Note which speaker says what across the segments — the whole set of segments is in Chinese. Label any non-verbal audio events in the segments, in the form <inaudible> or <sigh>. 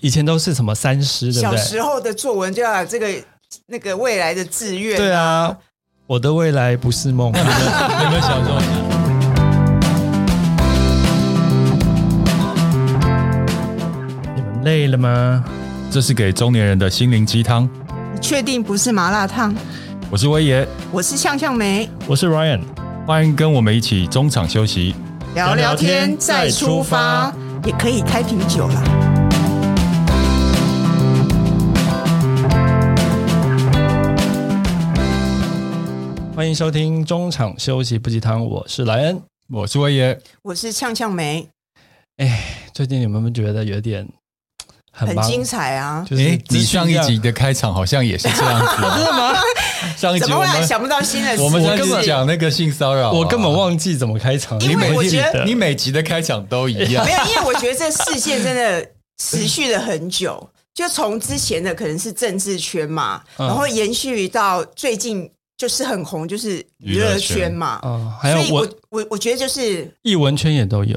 Speaker 1: 以前都是什么三师，对不
Speaker 2: 小
Speaker 1: 对？
Speaker 2: 时候的作文就要有这个那个未来的志愿，
Speaker 1: 对啊，我的未来不是梦。啊
Speaker 3: 有没有想说？
Speaker 1: 你们累了吗？
Speaker 3: 这是给中年人的心灵鸡汤。
Speaker 2: 你确定不是麻辣烫？
Speaker 3: 我是威爷，
Speaker 2: 我是向向梅，
Speaker 1: 我是 Ryan，
Speaker 3: 欢迎跟我们一起中场休息。
Speaker 2: 聊
Speaker 1: 聊
Speaker 2: 聊
Speaker 1: 天
Speaker 2: 天再
Speaker 1: 再出
Speaker 2: 出发，也可以开瓶酒了。
Speaker 1: 欢迎收听中场休息不鸡汤，我是莱恩。
Speaker 3: 我是威爷，
Speaker 2: 我是向向梅，
Speaker 1: 最近你们有没有觉得有点很
Speaker 2: 很
Speaker 1: 忙？
Speaker 2: 精彩啊！
Speaker 1: 就是
Speaker 3: 诶
Speaker 1: 资
Speaker 3: 你
Speaker 1: 讯
Speaker 3: 上一
Speaker 1: 量
Speaker 3: 集的开场好像也是这样子、真的吗？上一
Speaker 2: 怎
Speaker 3: 集
Speaker 2: 么
Speaker 3: 我
Speaker 2: 会还
Speaker 3: 们
Speaker 2: 想不到新的事？
Speaker 3: 我们上一
Speaker 1: 根
Speaker 3: 集
Speaker 1: 本
Speaker 3: 讲那个性骚扰啊、
Speaker 1: 我根本忘记怎么开场，
Speaker 2: 因为
Speaker 3: 你每
Speaker 2: 我
Speaker 3: 集
Speaker 2: 觉
Speaker 1: 得
Speaker 3: 你每集的开场都一
Speaker 2: <laughs>
Speaker 3: 样
Speaker 2: 没。有，因为我觉得这事件真的 <laughs> 持续了很久，就从之前的可能是政治圈嘛，
Speaker 1: 嗯
Speaker 2: 然后延续到最近就是很红，就是娱乐圈嘛。
Speaker 1: 啊、还有
Speaker 2: 所以
Speaker 1: 我
Speaker 2: 我我我觉得就是
Speaker 1: 艺文圈也都有，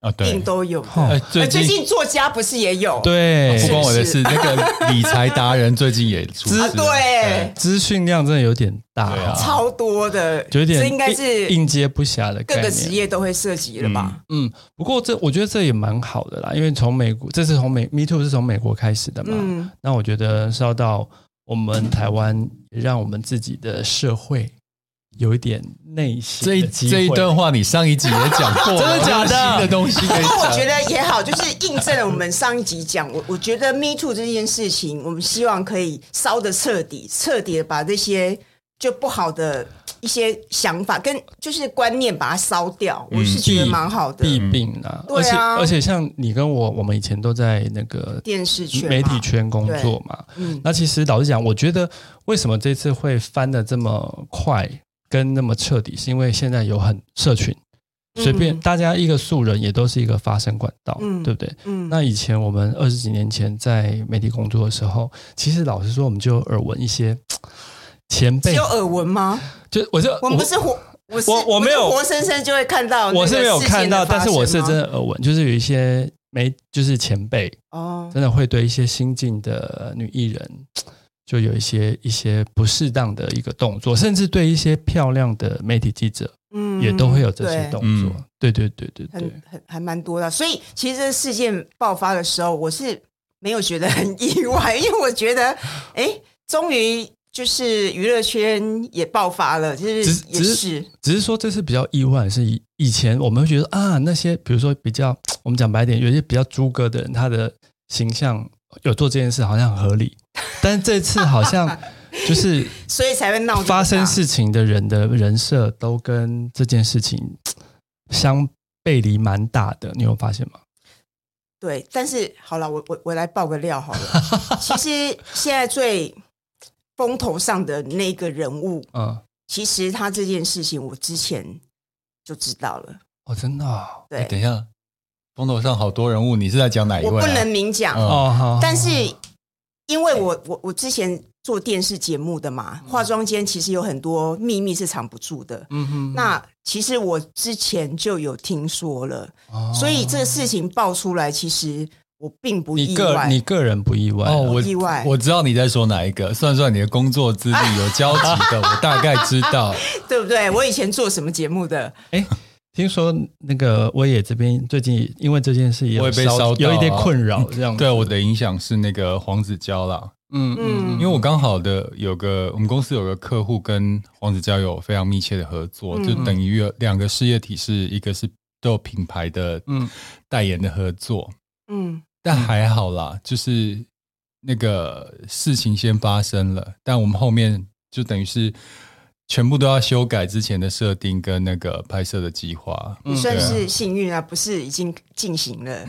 Speaker 3: 啊，
Speaker 2: 病
Speaker 3: 对，
Speaker 2: 都有。
Speaker 3: 呃
Speaker 1: 哦，
Speaker 2: 呃
Speaker 3: 最
Speaker 2: 最
Speaker 3: 近
Speaker 2: 近作家不是也有？啊
Speaker 1: 对，
Speaker 3: 不
Speaker 2: 是
Speaker 3: 关我的事，那个理财达人最近也出事了
Speaker 2: 啊，对，
Speaker 1: 资讯量真的有点大，
Speaker 3: 对啊
Speaker 2: 超多的，
Speaker 1: 有点
Speaker 2: 这应该是
Speaker 1: 应应接不暇的概
Speaker 2: 各
Speaker 1: 念
Speaker 2: 个职。业都会涉及了吧？
Speaker 1: 嗯，不过这我觉得这也蛮好的啦，因为从美国，这是从美 Me Too 是从美国开始的嘛，
Speaker 2: 嗯，
Speaker 1: 那我觉得是要到我们台湾，也让我们自己的社会有一点内心
Speaker 3: 这一
Speaker 1: 的机会
Speaker 3: 这一段话你上一集也讲
Speaker 1: 真
Speaker 3: 过，
Speaker 1: 的假的
Speaker 3: 有新的东西可以
Speaker 2: 不过我觉
Speaker 3: 讲。
Speaker 2: 得也好，就是印证了我们上一集讲，我我觉得 Me Too 这件事情，我们希望可以烧的彻底，彻底的把这些就不好的一些想法跟就是观念把它烧掉，我
Speaker 1: 嗯
Speaker 2: 是觉得蛮好的。
Speaker 1: 弊病啊，
Speaker 2: 对啊
Speaker 1: 而且而且像你跟我，我们以前都在那个
Speaker 2: 电视圈嘛
Speaker 1: 媒体圈工作嘛，
Speaker 2: 嗯，
Speaker 1: 那其实老实讲，我觉得为什么这次会翻的这么快跟那么彻底，是因为现在有很社群。随便
Speaker 2: 嗯
Speaker 1: 大家一个素人也都是一个发声管道，
Speaker 2: 嗯
Speaker 1: 对不对？
Speaker 2: 嗯
Speaker 1: 那以前我们二十几年前在媒体工作的时候，其实老实说，我们就有耳闻一些前辈
Speaker 2: 只有，耳闻吗？
Speaker 1: 就我就
Speaker 2: 我们不是活，我是
Speaker 1: 我我没有
Speaker 2: 不是活生生就会看到那个
Speaker 1: 我是没有看到，
Speaker 2: 事件的发
Speaker 1: 但
Speaker 2: 生吗
Speaker 1: 是我是真的耳闻，就是有一些媒，就是前辈
Speaker 2: 哦，
Speaker 1: 真的会对一些新进的女艺人，就有一些一些不适当的一个动作，甚至对一些漂亮的媒体记者
Speaker 2: 嗯
Speaker 1: 也都会有这些
Speaker 2: 对
Speaker 1: 动
Speaker 3: 嗯
Speaker 1: 作。对对对对对
Speaker 2: 很很还蛮多的。所以其实这个事件爆发的时候，我是没有觉得很意外，因为我觉得，哎，终于就是娱乐圈也爆发了，就
Speaker 1: 只
Speaker 2: 是
Speaker 1: 是
Speaker 2: 也是
Speaker 1: 只是说这次比较意外，是以以前我们会觉得啊，那些比如说比较我们讲白点，有一些比较猪哥的人，他的形象有做这件事好像很合理，但这次好像 <laughs> 就是
Speaker 2: 所以才会闹这么大
Speaker 1: 发生事情的人的人设都跟这件事情相背离蛮大的，你有发现吗？
Speaker 2: 对。但是好了，我我我来爆个料好了。其实现在最风头上的那个人物，
Speaker 1: 嗯，
Speaker 2: 其实他这件事情我之前就知道了，
Speaker 1: 哦，真的哦，
Speaker 2: 对，
Speaker 3: 等一下，风头上好多人物，你是在讲哪一
Speaker 2: 我
Speaker 3: 位、啊？
Speaker 2: 不能明讲。
Speaker 3: 嗯
Speaker 1: 哦好，
Speaker 2: 但是因为我我我之前做电视节目的嘛，化妆间其实有很多秘密是藏不住的。
Speaker 1: 嗯哼，
Speaker 2: 那其实我之前就有听说了，
Speaker 1: 哦
Speaker 2: 所以这个事情爆出来，其实我并不
Speaker 1: 你
Speaker 2: 意
Speaker 1: 个
Speaker 2: 外。
Speaker 1: 你个人不意外啊
Speaker 3: 哦，我
Speaker 2: 意外
Speaker 3: 我知道你在说哪一个。算算你的工作资历有交集的，我大概知道。
Speaker 2: 对不对？我以前做什么节目的？
Speaker 1: 听说那个威也这边最近因为这件事也有
Speaker 3: 我也被
Speaker 1: 烧
Speaker 3: 烧到啊
Speaker 1: 有一点困
Speaker 3: <laughs>
Speaker 1: 扰，这样子
Speaker 3: 对，啊我的影响是那个黄子佼啦，
Speaker 1: 嗯嗯，
Speaker 2: 嗯
Speaker 3: 因为我刚好的有个我们公司有个客户跟黄子佼有非常密切的合作，
Speaker 2: 嗯
Speaker 3: 就等于有两个事业体是一个是都有品牌的
Speaker 1: 嗯
Speaker 3: 代言的合作，
Speaker 2: 嗯
Speaker 3: 但还好啦，就是那个事情先发生了，但我们后面就等于是全部都要修改之前的设定跟那个拍摄的计划。
Speaker 1: 嗯
Speaker 2: 你算
Speaker 3: 对啊
Speaker 2: 是幸运啊，不是已经进行了？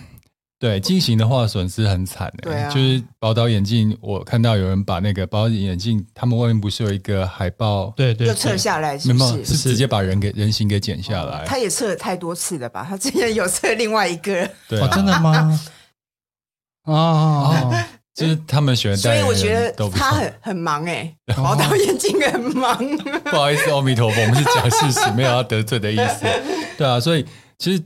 Speaker 3: 对，进行的话损失很惨的、
Speaker 2: 嗯对啊
Speaker 3: 就是宝岛眼镜，我看到有人把那个宝岛眼镜，他们外面不是有一个海报，
Speaker 1: 对对
Speaker 2: 就
Speaker 1: 对，
Speaker 2: 撤下来是
Speaker 3: 没
Speaker 2: 不
Speaker 3: 有，
Speaker 2: 是？
Speaker 3: 是直接把人给人形给剪下来。
Speaker 2: 哦他也撤了太多次了吧？ <laughs> 他之前有撤另外
Speaker 3: <laughs>
Speaker 2: 一个，
Speaker 3: 对、
Speaker 1: 哦
Speaker 3: 啊，
Speaker 1: 真的
Speaker 2: <laughs>
Speaker 1: 吗？哦，
Speaker 3: 就是他们选的
Speaker 2: 所
Speaker 3: 代
Speaker 2: 以
Speaker 3: 言
Speaker 2: 我
Speaker 3: 人
Speaker 2: 觉
Speaker 3: 都
Speaker 2: 得
Speaker 3: 不
Speaker 2: 他
Speaker 3: 错哦
Speaker 2: 很很忙
Speaker 3: <laughs>
Speaker 2: 哎、宝岛眼镜很忙。 <laughs>
Speaker 3: 不好意思，阿弥陀佛，我们是讲事实，没有要得罪的意思。对啊，所以其实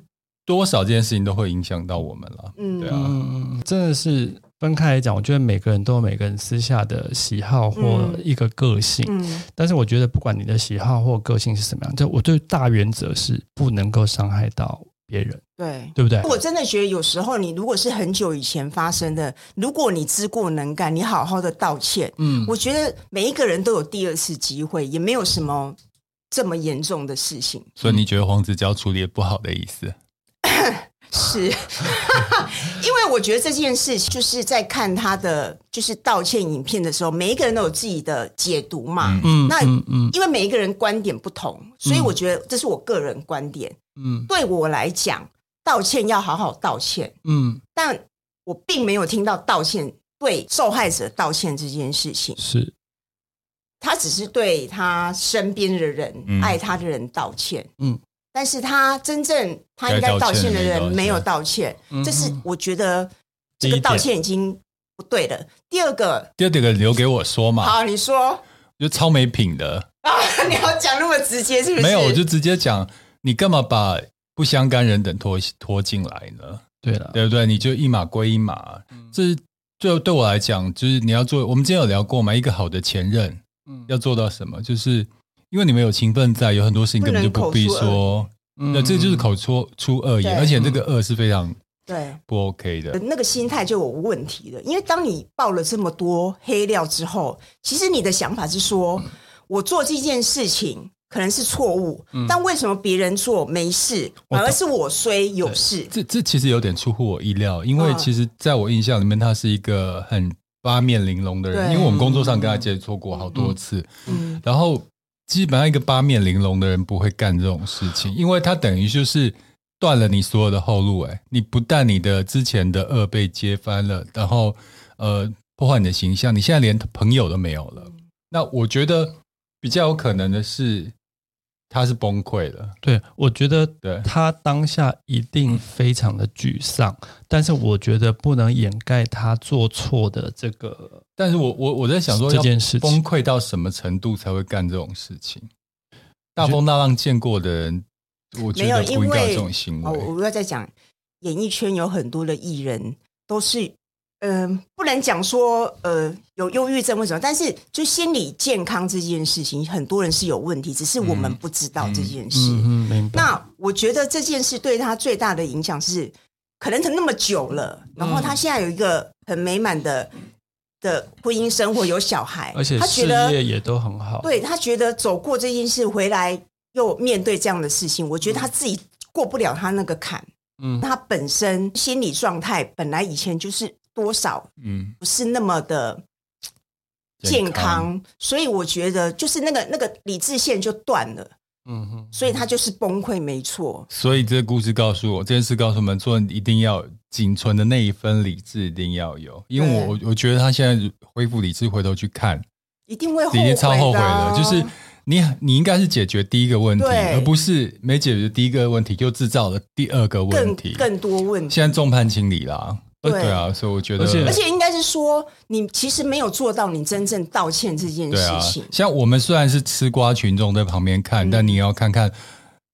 Speaker 3: 多少这件事情都会影响到我们了。
Speaker 2: 嗯
Speaker 3: 对
Speaker 1: 嗯
Speaker 3: 啊，
Speaker 1: 嗯嗯，真的是分开来讲，我觉得每个人都有每个人私下的喜好或
Speaker 2: 嗯
Speaker 1: 一个个性，
Speaker 2: 嗯
Speaker 1: 但是我觉得不管你的喜好或个性是什么样，就我对大原则是不能够伤害到别人，
Speaker 3: <laughs>
Speaker 2: 对。
Speaker 1: 对不对？
Speaker 2: 我真的觉得有时候你如果是很久以前发生的，如果你知过能干，你好好的道歉，
Speaker 3: 嗯
Speaker 2: 我觉得每一个人都有第二次机会，也没有什么这么严重的事情。
Speaker 3: 所以你觉得黄子佼处理得不好的意思？ <laughs>
Speaker 2: 是， <laughs> 因为我觉得这件事情就是在看他的就是道歉影片的时候，每一个人都有自己的解读嘛。
Speaker 3: 嗯
Speaker 1: 嗯
Speaker 2: 那
Speaker 1: 嗯嗯
Speaker 2: 因为每一个人观点不同，所以
Speaker 1: 嗯
Speaker 2: 我觉得这是我个人观点。
Speaker 3: 嗯
Speaker 2: 对我来讲，道歉要好好道歉，
Speaker 3: 嗯，
Speaker 2: 但我并没有听到道歉对受害者道歉这件事情。
Speaker 1: 是
Speaker 2: 他只是对他身边的人、
Speaker 3: 嗯
Speaker 2: 爱他的人道歉，
Speaker 1: 嗯
Speaker 2: 嗯，但是他真正他应该
Speaker 3: 该道
Speaker 2: 道
Speaker 3: 歉
Speaker 2: 歉的
Speaker 3: 的没道
Speaker 2: 人
Speaker 3: 歉
Speaker 2: 没有道歉，
Speaker 1: 嗯
Speaker 2: 这是我觉得
Speaker 1: 第
Speaker 2: 这
Speaker 1: 一
Speaker 2: 个道
Speaker 1: 点
Speaker 2: 歉已经不对了。第二个，
Speaker 3: 第二个留给我说嘛，
Speaker 2: 好，你说 <laughs>
Speaker 3: 就超没品的。
Speaker 2: 啊，你要讲那么直接 <laughs> 是不是？
Speaker 3: 没有，我就直接讲，你干嘛把不相干人等拖拖进来呢？
Speaker 1: 对了，
Speaker 3: 对不对？你就一码归一码。这对对我来讲，就是你要做。我们之前有聊过嘛，一个好的前任
Speaker 1: 嗯
Speaker 3: 要做到什么？就是因为你们有情分在，有很多事情根本就不必
Speaker 2: 不能口出
Speaker 3: 说。
Speaker 1: 嗯
Speaker 3: 那这就是口出出恶言，
Speaker 2: 对嗯
Speaker 3: 而且这个恶是非常
Speaker 2: 对。
Speaker 3: 不 OK 的。
Speaker 2: 那个心态就有问题了，因为当你爆了这么多黑料之后，其实你的想法是说，
Speaker 1: 嗯
Speaker 2: 我做这件事情可能是错误，但为什么别人做没事，
Speaker 1: 嗯我
Speaker 2: 反而
Speaker 1: 懂
Speaker 2: 是我衰有事？
Speaker 3: 这这其实有点出乎我意料，因为
Speaker 2: 嗯
Speaker 3: 其实在我印象里面，他是一个很八面玲珑的人，
Speaker 2: 对
Speaker 3: 因为我们工作上跟他接触过好多次，
Speaker 2: 嗯，
Speaker 3: 然后基本上一个八面玲珑的人不会干这种事情，因为他等于就是断了你所有的后路、哎，你不但你的之前的恶被揭翻了，然后呃破坏你的形象，你现在连朋友都没有了。那我觉得比较有可能的是，他是崩溃了，
Speaker 1: 对，我觉得
Speaker 3: 对
Speaker 1: 他当下一定非常的沮丧，但是我觉得不能掩盖他做错的这个
Speaker 3: 但是我我我在想说，
Speaker 1: 这件事情
Speaker 3: 崩溃到什么程度才会干这种事情？大风大浪见过的人，我觉
Speaker 2: 没有，
Speaker 3: 得
Speaker 2: 因
Speaker 3: 不应该有
Speaker 2: 为
Speaker 3: 这种
Speaker 1: 嗯
Speaker 3: 行
Speaker 2: 哦，
Speaker 3: 为。
Speaker 2: 我要再讲，演艺圈有很多的艺人都是，嗯、不能讲说呃有忧郁症或什么，但是就心理健康这件事情，很多人是有问题，只是我们
Speaker 3: 嗯
Speaker 2: 不知道这件事。
Speaker 1: 嗯嗯，明白。
Speaker 2: 那我觉得这件事对他最大的影响是，可能他那么久了，
Speaker 1: 嗯
Speaker 2: 然后他现在有一个很美满的的婚姻生活，有小孩，
Speaker 1: 而且
Speaker 2: 他
Speaker 1: 事
Speaker 2: 觉得
Speaker 1: 业也都很好，
Speaker 2: 对他觉得走过这件事回来，又面对这样的事情，我觉得他自己过不了他那个坎。
Speaker 1: 嗯
Speaker 2: 他本身心理状态本来以前就是多少
Speaker 3: 嗯，
Speaker 2: 不是那么的健康，所以我觉得就是那个那个理智线就断了，
Speaker 1: 嗯哼，
Speaker 2: 所以他就是崩溃，没错。
Speaker 3: 所以这个故事告诉我，这件事告诉我们，做人一定要仅存的那一分理智一定要有，因为我我觉得他现在恢复理智，回头去看，
Speaker 2: 一定会后
Speaker 3: 已
Speaker 2: 悔
Speaker 3: 经
Speaker 2: 的
Speaker 3: 超
Speaker 2: 啊、
Speaker 3: 后悔了。就是你你应该是解决第一个问题，
Speaker 2: 对
Speaker 3: 而不是没解决第一个问题就制造了第二个问
Speaker 2: 更
Speaker 3: 题。
Speaker 2: 更多问题，
Speaker 3: 现在众叛亲离啦，
Speaker 2: 对
Speaker 3: 对啊，所以我觉得，
Speaker 1: 而且
Speaker 2: 而且应该是说你其实没有做到你真正道歉这件
Speaker 3: 对啊
Speaker 2: 事情，，
Speaker 3: 像我们虽然是吃瓜群众在旁边看，
Speaker 2: 嗯
Speaker 3: 但你也要看看，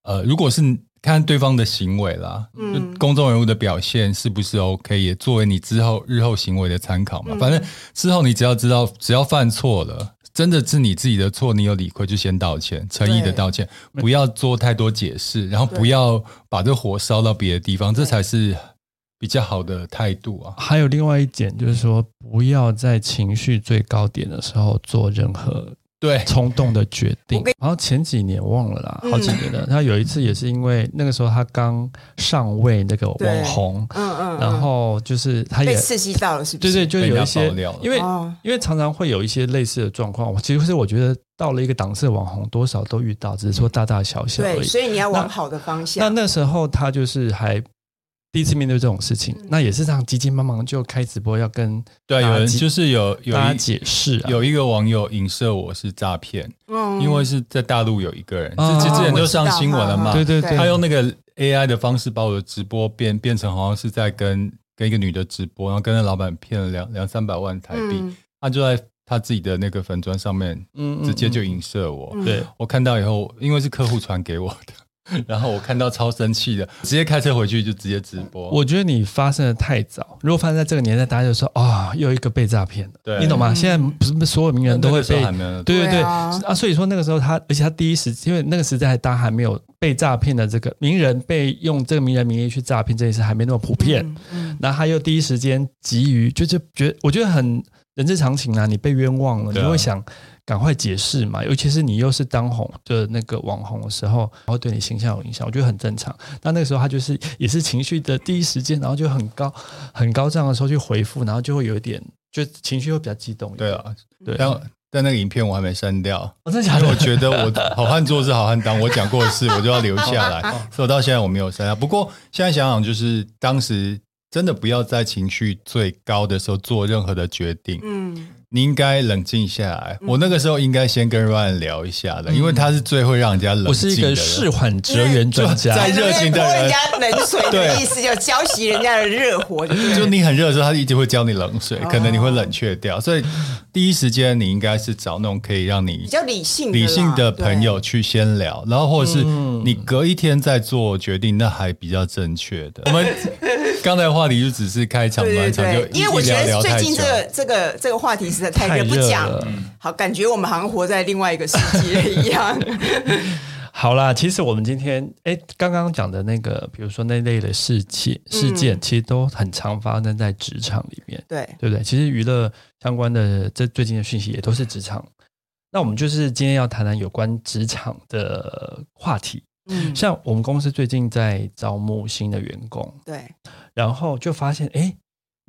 Speaker 3: 呃，如果是看对方的行为啦，
Speaker 2: 嗯
Speaker 3: 就公众人物的表现是不是 OK，也作为你之后日后行为的参考嘛。
Speaker 2: 嗯
Speaker 3: 反正之后你只要知道，只要犯错了。真的是你自己的错，你有理亏就先道歉，诚意
Speaker 2: 对
Speaker 3: 的道歉，不要做太多解释，然后不要把这火烧到别的地方，这才是比较好的态度啊。
Speaker 1: 还有另外一点就是说，不要在情绪最高点的时候做任何
Speaker 3: 对，
Speaker 1: 冲动的决定
Speaker 2: 我跟。
Speaker 1: 然后前几年忘了啦，
Speaker 2: 嗯
Speaker 1: 好几年了。他有一次也是因为那个时候他刚上位那个
Speaker 2: 对
Speaker 1: 网红，
Speaker 2: 嗯嗯，嗯
Speaker 1: 然后就是他也
Speaker 2: 被刺激到了，是不
Speaker 1: 对
Speaker 2: 是？
Speaker 1: 对，就有一
Speaker 3: 被人家
Speaker 1: 些
Speaker 3: 爆料了
Speaker 1: 因为。
Speaker 2: 哦，
Speaker 1: 因为常常会有一些类似的状况，我其实是我觉得到了一个档次，网红多少都遇到，只是说大大小小而
Speaker 2: 对，
Speaker 1: 已。
Speaker 2: 所以你要往
Speaker 1: 那
Speaker 2: 好的方向。
Speaker 1: 那那时候他就是还第一次面对这种事情，
Speaker 2: 嗯
Speaker 1: 那也是这样急急忙忙就开直播要跟
Speaker 3: 对，
Speaker 1: 大
Speaker 3: 有
Speaker 1: 家
Speaker 3: 人
Speaker 1: 解
Speaker 3: 就是有有
Speaker 1: 大家
Speaker 3: 一
Speaker 1: 解释啊，
Speaker 3: 有一个网友影射我是诈骗，
Speaker 2: 嗯
Speaker 3: 因为是在大陆有一个人，
Speaker 1: 啊
Speaker 3: 之之之前
Speaker 1: 哦我
Speaker 3: 就
Speaker 2: 嗯知道
Speaker 3: 上新闻了嘛，
Speaker 1: 对对对
Speaker 3: 他用那个 AI 的方式把我的直播变变成好像是在跟跟一个女的直播，然后跟那老板骗了两两三百万台币，
Speaker 2: 嗯
Speaker 3: 他就在他自己的那个粉砖上面
Speaker 1: 嗯嗯
Speaker 3: 直接就
Speaker 1: 嗯
Speaker 3: 影射我，
Speaker 2: 嗯
Speaker 1: 对
Speaker 3: 我看到以后，因为是客户传给我的， <laughs> 然后我看到超生气的，直接开车回去就直接直播。
Speaker 1: 我觉得你发生的太早，如果发生在这个年代，大家就说啊、又一个被诈骗了，
Speaker 3: 对
Speaker 1: 你懂吗？现在不是所有名人都会
Speaker 3: 那个时候
Speaker 1: 被
Speaker 3: 还没有
Speaker 1: 对对
Speaker 2: 对
Speaker 1: 对
Speaker 2: 啊
Speaker 1: 啊所以说那个时候他，而且他第一时，因为那个时代大家还没有被诈骗的这个名人被用这个名人名义去诈骗这件事还没那么普遍，
Speaker 2: 嗯，
Speaker 1: 然后他又第一时间急于，就是觉得我觉得很人之常情啊，你被冤枉了，你
Speaker 3: 对啊
Speaker 1: 就会想赶快解释嘛，尤其是你又是当红的那个网红的时候，然后对你形象有影响，我觉得很正常。那那个时候他就是也是情绪的第一时间，然后就很高很高涨的时候去回复，然后就会有一点。就情绪会比较激动一点，
Speaker 3: 对啊，
Speaker 1: 对哦
Speaker 3: 但但那个影片我还没删掉，
Speaker 1: 我真
Speaker 3: <laughs>
Speaker 1: 的
Speaker 3: 因
Speaker 1: 假
Speaker 3: 为
Speaker 1: 的
Speaker 3: 我？觉得我好汉做是好汉当，我讲过的事我就要留下来，所以我到现在我没有删掉。啊不过现在想想，就是当时真的不要在情绪最高的时候做任何的决定，
Speaker 2: 嗯，
Speaker 3: 你应该冷静下来。我那个时候应该先跟 Ryan 聊一下的，因为他是最会让人家冷
Speaker 1: 我
Speaker 3: 静
Speaker 1: 是一
Speaker 3: 的人。
Speaker 1: 个事缓则圆专
Speaker 3: 就在
Speaker 1: 家，
Speaker 3: 热情的
Speaker 2: 泼
Speaker 3: 人
Speaker 2: 人家冷水的
Speaker 3: 对啊
Speaker 2: 意思，就浇熄人家的热火，就
Speaker 3: 就你很热的时候，他一直会浇你冷水，可能你会冷却掉。所以第一时间你应该是找那种可以让
Speaker 2: 比
Speaker 3: 你
Speaker 2: 较理性的啦
Speaker 3: 理性的朋友去先聊，然后或者是
Speaker 1: 嗯
Speaker 3: 你隔一天再做决定，那还比较正确的。我们刚才的话题就只是开场
Speaker 2: 对对
Speaker 3: 暖场，就
Speaker 2: 对，
Speaker 3: 一
Speaker 2: 因为我觉
Speaker 3: 一
Speaker 2: 得
Speaker 3: 聊聊
Speaker 2: 最
Speaker 3: 太
Speaker 2: 近
Speaker 3: 久
Speaker 2: 这。个这个这个话题实在太
Speaker 1: 太
Speaker 2: 热，不
Speaker 1: 热
Speaker 2: 讲
Speaker 1: 了，
Speaker 2: 好，感觉我们好像活在另外一个世界一
Speaker 3: <laughs>
Speaker 2: 样。
Speaker 1: 好啦，其实我们今天哎，刚刚讲的那个，比如说那类的事情
Speaker 3: 嗯
Speaker 1: 事件，其实都很常发生在职场里面，
Speaker 2: 对，
Speaker 1: 对不对？其实娱乐相关的这最近的讯息也都是职场。那我们就是今天要谈谈有关职场的话题，
Speaker 2: 嗯，
Speaker 1: 像我们公司最近在招募新的员工，
Speaker 2: 对，
Speaker 1: 然后就发现哎，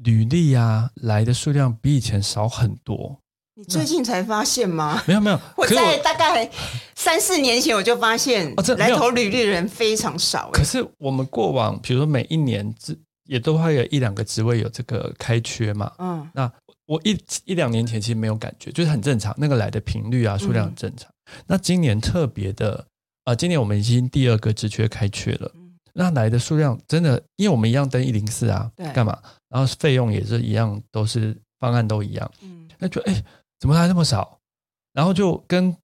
Speaker 1: 履历啊来的数量比以前少很多。
Speaker 2: 你最近才发现吗？
Speaker 1: 没有没有，
Speaker 2: 我
Speaker 1: 可是
Speaker 2: 在大概三四年前我就发现
Speaker 1: 哦这，没
Speaker 2: 来
Speaker 1: 有
Speaker 2: 投履历的人非常少。欸
Speaker 1: 可是我们过往，比如说每一年之也都会有一两个职位有这个开缺嘛。
Speaker 2: 嗯
Speaker 1: 那我一一两年前其实没有感觉，就是很正常，那个来的频率啊数量很正常。
Speaker 2: 嗯
Speaker 1: 那今年特别的，呃，今年我们已经第二个职缺开缺了
Speaker 2: 嗯，
Speaker 1: 那来的数量真的，因为我们一样登一零四啊
Speaker 2: 对，
Speaker 1: 干嘛？然后费用也是一样，都是方案都一样。
Speaker 2: 嗯
Speaker 1: 那就哎、诶怎么来那么少？然后就跟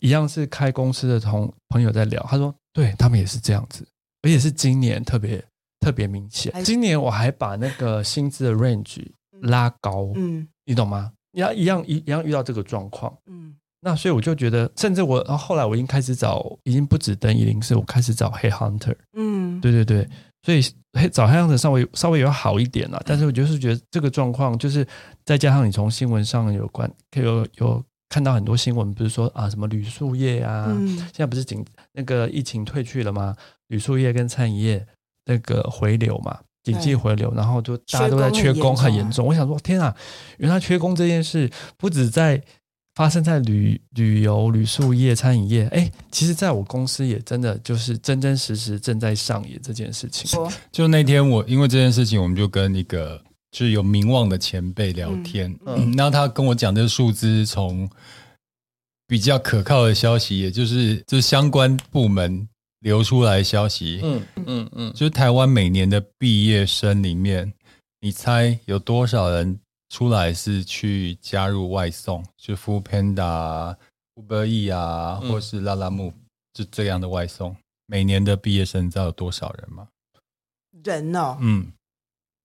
Speaker 1: 一样是开公司的同朋友在聊，他说，对他们也是这样子，而且是今年特别特别明显
Speaker 2: 还。
Speaker 1: 今年我还把那个薪资的 range 拉高，
Speaker 2: 嗯
Speaker 1: 你懂吗？你要一样一一样遇到这个状况。
Speaker 2: 嗯，
Speaker 1: 那所以我就觉得，甚至我然后后来我已经开始找，已经不止登一零四，我开始找黑 hunter。
Speaker 2: 嗯，
Speaker 1: 对对对，所以嘿早上的稍微稍微有好一点了，但是我就是觉得这个状况，就是再加上你从新闻上有关有有看到很多新闻，不是说啊什么铝塑业啊，
Speaker 2: 嗯
Speaker 1: 现在不是紧那个疫情退去了吗？铝塑业跟餐饮业那个回流嘛，经济
Speaker 2: 对
Speaker 1: 回流，然后就大家都在缺工很严重。我想说，天啊，原来缺工这件事不止在发生在旅旅游、旅宿业、餐饮业，哎，其实在我公司也真的就是真真实实正在上演这件事情。
Speaker 2: 说
Speaker 3: 就那天我因为这件事情，我们就跟一个就是有名望的前辈聊天，
Speaker 1: 嗯
Speaker 3: 然后他跟我讲这个数字从比较可靠的消息，也就是就是相关部门流出来的消息，
Speaker 1: 嗯嗯嗯，
Speaker 3: 就是台湾每年的毕业生里面，你猜有多少人出来是去加入外送，就 Food Panda、Uber E 啊，
Speaker 1: 嗯
Speaker 3: 或是拉拉木，就这样的外送？每年的毕业生，你知道有多少人吗？
Speaker 2: 人哦，
Speaker 3: 嗯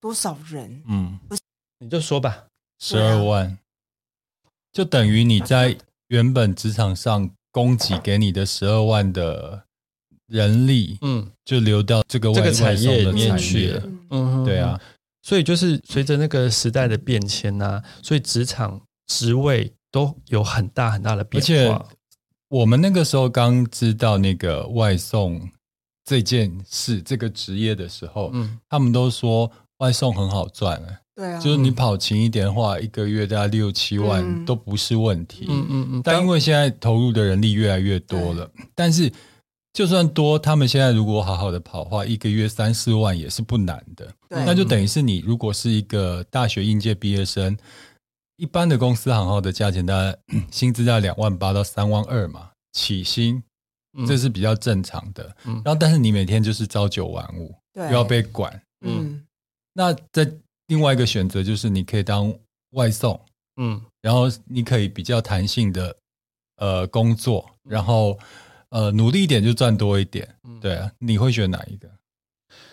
Speaker 2: 多少人？
Speaker 3: 嗯，
Speaker 1: 你就说吧，
Speaker 3: 十二万，就等于你在原本职场上供给给你的十二万的人力，
Speaker 1: 嗯
Speaker 3: 就流到这个外
Speaker 1: 这个产业
Speaker 3: 外送
Speaker 1: 里
Speaker 3: 的
Speaker 1: 面
Speaker 3: 产
Speaker 1: 去
Speaker 3: 业
Speaker 1: 了
Speaker 2: 嗯
Speaker 1: 嗯
Speaker 3: 对啊，，
Speaker 1: 所以就是随着那个时代的变迁呐、所以职场职位都有很大很大的
Speaker 3: 而
Speaker 1: 变
Speaker 3: 且
Speaker 1: 化。
Speaker 3: 我们那个时候刚知道那个外送这件事、这个职业的时候，
Speaker 1: 嗯，
Speaker 3: 他们都说外送很好赚、欸
Speaker 2: 对啊，
Speaker 3: 就是你跑勤一点的话，一个月大概六七
Speaker 2: 嗯
Speaker 3: 万都不是问题。
Speaker 1: 嗯嗯嗯，
Speaker 3: 但因为现在投入的人力越来越多了，但是就算多，他们现在如果好好的跑的话，一个月三四万也是不难的。
Speaker 2: 对
Speaker 3: 那就等于是你如果是一个大学应届毕业生，一般的公司行号的价钱大概嗯薪资在两万八到三万二嘛，起薪
Speaker 1: 嗯
Speaker 3: 这是比较正常的。
Speaker 1: 嗯
Speaker 3: 然后但是你每天就是朝九晚五，
Speaker 2: 对
Speaker 3: 又要被管。
Speaker 2: 嗯
Speaker 3: 那在另外一个选择就是你可以当外送，
Speaker 1: 嗯
Speaker 3: 然后你可以比较弹性的呃工作，然后呃努力一点就赚多一点。
Speaker 1: 嗯
Speaker 3: 对啊，你会选哪一个？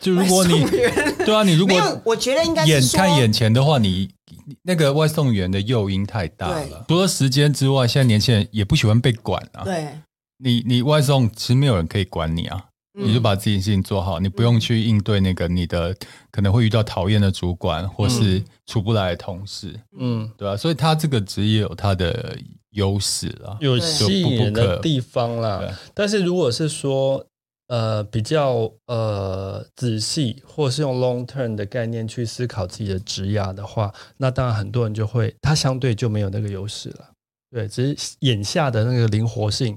Speaker 3: 就如果你
Speaker 2: 外送员
Speaker 3: 对啊，你如
Speaker 2: 没
Speaker 3: 果
Speaker 2: 有，我觉得应该是
Speaker 3: 眼
Speaker 2: 说
Speaker 3: 看眼前的话，你你那个外送员的诱因太大了。除了时间之外，现在年轻人也不喜欢被管啊。
Speaker 2: 对，
Speaker 3: 你你外送其实没有人可以管你啊，
Speaker 2: 嗯
Speaker 3: 你就把自己的事情做好，你不用去应对那个你的可能会遇到讨厌的主管或
Speaker 2: 嗯
Speaker 3: 是处不来的同事，
Speaker 1: 嗯，
Speaker 3: 对吧、啊所以他这个职业有他的优势啦。
Speaker 1: 有
Speaker 2: 对
Speaker 1: 吸引人
Speaker 3: 就不
Speaker 1: 的
Speaker 3: 不可
Speaker 1: 地方
Speaker 3: 对啊
Speaker 1: 啦。但是如果是说呃比较呃仔细，或是用 long term 的概念去思考自己的职涯的话，那当然很多人就会他相对就没有那个优势了。对，只是眼下的那个灵活性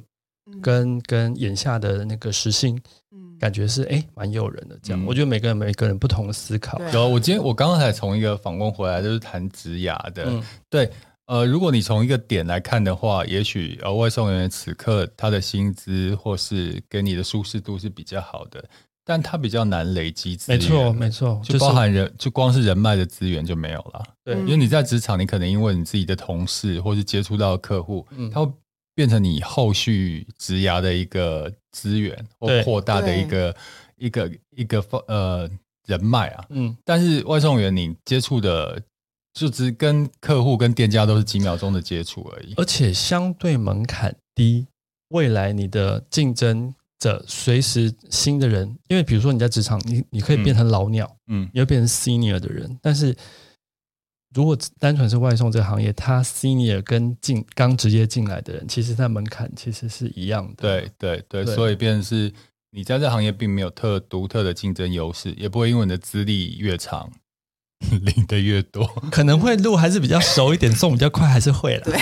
Speaker 2: 嗯
Speaker 1: 跟跟眼下的那个时薪，
Speaker 2: 嗯
Speaker 1: 感觉是哎蛮诱人的。这样，
Speaker 3: 嗯
Speaker 1: 我觉得每个人每个人不同的思考。
Speaker 2: 对
Speaker 3: 然后啊我今天我刚刚才从一个访问回来，就是谈职涯的，
Speaker 1: 嗯
Speaker 3: 对，呃，如果你从一个点来看的话，也许呃外送人员此刻他的薪资或是给你的舒适度是比较好的，但他比较难累积资
Speaker 1: 没
Speaker 3: 源，
Speaker 1: 错，没错，
Speaker 3: 就包含嗯人，就光是人脉的资源就没有了。
Speaker 1: 对
Speaker 3: 因为你在职场，你可能因为你自己的同事或是接触到的客户，
Speaker 1: 嗯
Speaker 3: 他会变成你后续职涯的一个资源或
Speaker 1: 对
Speaker 3: 扩大的
Speaker 2: 对
Speaker 3: 一个一个一个方呃人脉啊。
Speaker 1: 嗯
Speaker 3: 但是外送员你接触的，就只跟客户跟店家都是几秒钟的接触而已。
Speaker 1: 而且相对门槛低，未来你的竞争者随时新的人，因为比如说你在职场，你你可以变成老鸟，
Speaker 3: 嗯，
Speaker 1: 你会变成 senior 的人，但是如果单纯是外送这个行业，他 senior 跟进刚直接进来的人，其实他门槛其实是一样的。
Speaker 3: 对对对，
Speaker 1: 对
Speaker 3: 所以变成是你在这行业并没有特独特的竞争优势，也不会因为你的资历越长 <laughs> 领的越多。
Speaker 1: 可能会路还是比较熟一点，送比较快还是会
Speaker 2: <laughs>
Speaker 1: 啦，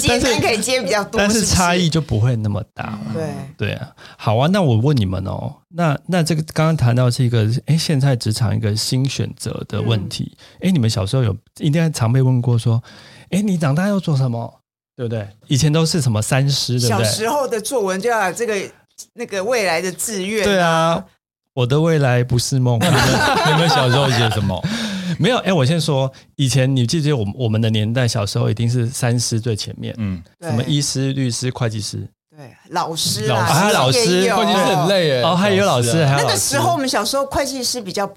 Speaker 2: 接单可以接比较多，
Speaker 1: 但是
Speaker 2: 是不是
Speaker 1: 差异就不会那么大了。
Speaker 2: 对，
Speaker 1: 对啊，好啊，那我问你们哦，那那这个刚刚谈到是一个，哎，现在职场一个新选择的问题，
Speaker 2: 嗯
Speaker 1: 哎、你们小时候有应该常被问过说，哎，你长大要做什么，对不对？以前都是什么三师，对不
Speaker 2: 小
Speaker 1: 对？
Speaker 2: 时候的作文就要有这个那个未来的志愿，
Speaker 1: 对啊，我的未来不是
Speaker 2: <laughs>
Speaker 1: 梦。
Speaker 3: <laughs> 你们小时候写什么？
Speaker 1: 没有，哎，我先说，以前你记不记得我们我们的年代，小时候一定是三师最前面，
Speaker 3: 嗯，
Speaker 2: 对，
Speaker 1: 什么医师、律师、会计师，
Speaker 2: 对老师
Speaker 3: 老
Speaker 2: 啦，
Speaker 3: 师
Speaker 1: 啊老
Speaker 2: 也
Speaker 1: 师
Speaker 2: 有
Speaker 3: 会计师很累耶。
Speaker 1: 哦，还有老师，
Speaker 3: 啊
Speaker 1: 还有
Speaker 2: 那
Speaker 1: 老
Speaker 2: 个
Speaker 1: 师。
Speaker 2: 时候我们小时候会计师比较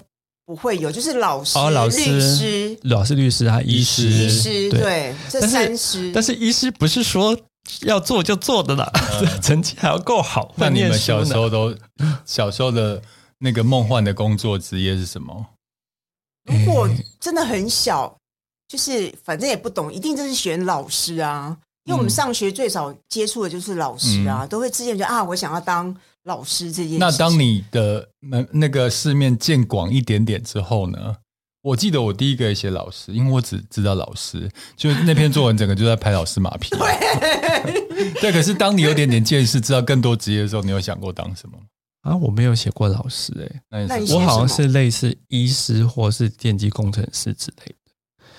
Speaker 2: 不会有，就是老师、
Speaker 1: 哦老师
Speaker 2: 律师、
Speaker 1: 老师、律师还有医师，
Speaker 2: 医师，
Speaker 1: 对
Speaker 2: 对，这
Speaker 1: 但是
Speaker 2: 三师，
Speaker 1: 但是医师不是说要做就做的啦， <laughs> 成绩还要够好。
Speaker 3: 那
Speaker 1: 会
Speaker 3: 你
Speaker 1: 念
Speaker 3: 们
Speaker 1: 书
Speaker 3: 小
Speaker 1: 呢
Speaker 3: 时候都小时候的那个梦幻的工作职业是什么？
Speaker 2: 如果真的很小，就是反正也不懂，一定就是选老师啊。因为
Speaker 1: 嗯
Speaker 2: 我们上学最早接触的就是老师啊，都会自荐觉得啊，我想要当老师这
Speaker 1: 嗯
Speaker 2: 件事情。
Speaker 3: 那当你的门那个世面见广一点点之后呢？我记得我第一个也写老师，因为我只知道老师，就那篇作文整个就在拍老师马
Speaker 1: <laughs>
Speaker 3: 屁。对， <laughs> 可是当你有点点见识，知道更多职业的时候，你有想过当什么吗？
Speaker 1: 啊，我没有写过老师哎、
Speaker 3: 那你
Speaker 2: 那你
Speaker 3: 是
Speaker 2: 写
Speaker 1: 我
Speaker 2: 什么
Speaker 1: 好像是类似医师或是电机工程师之类的，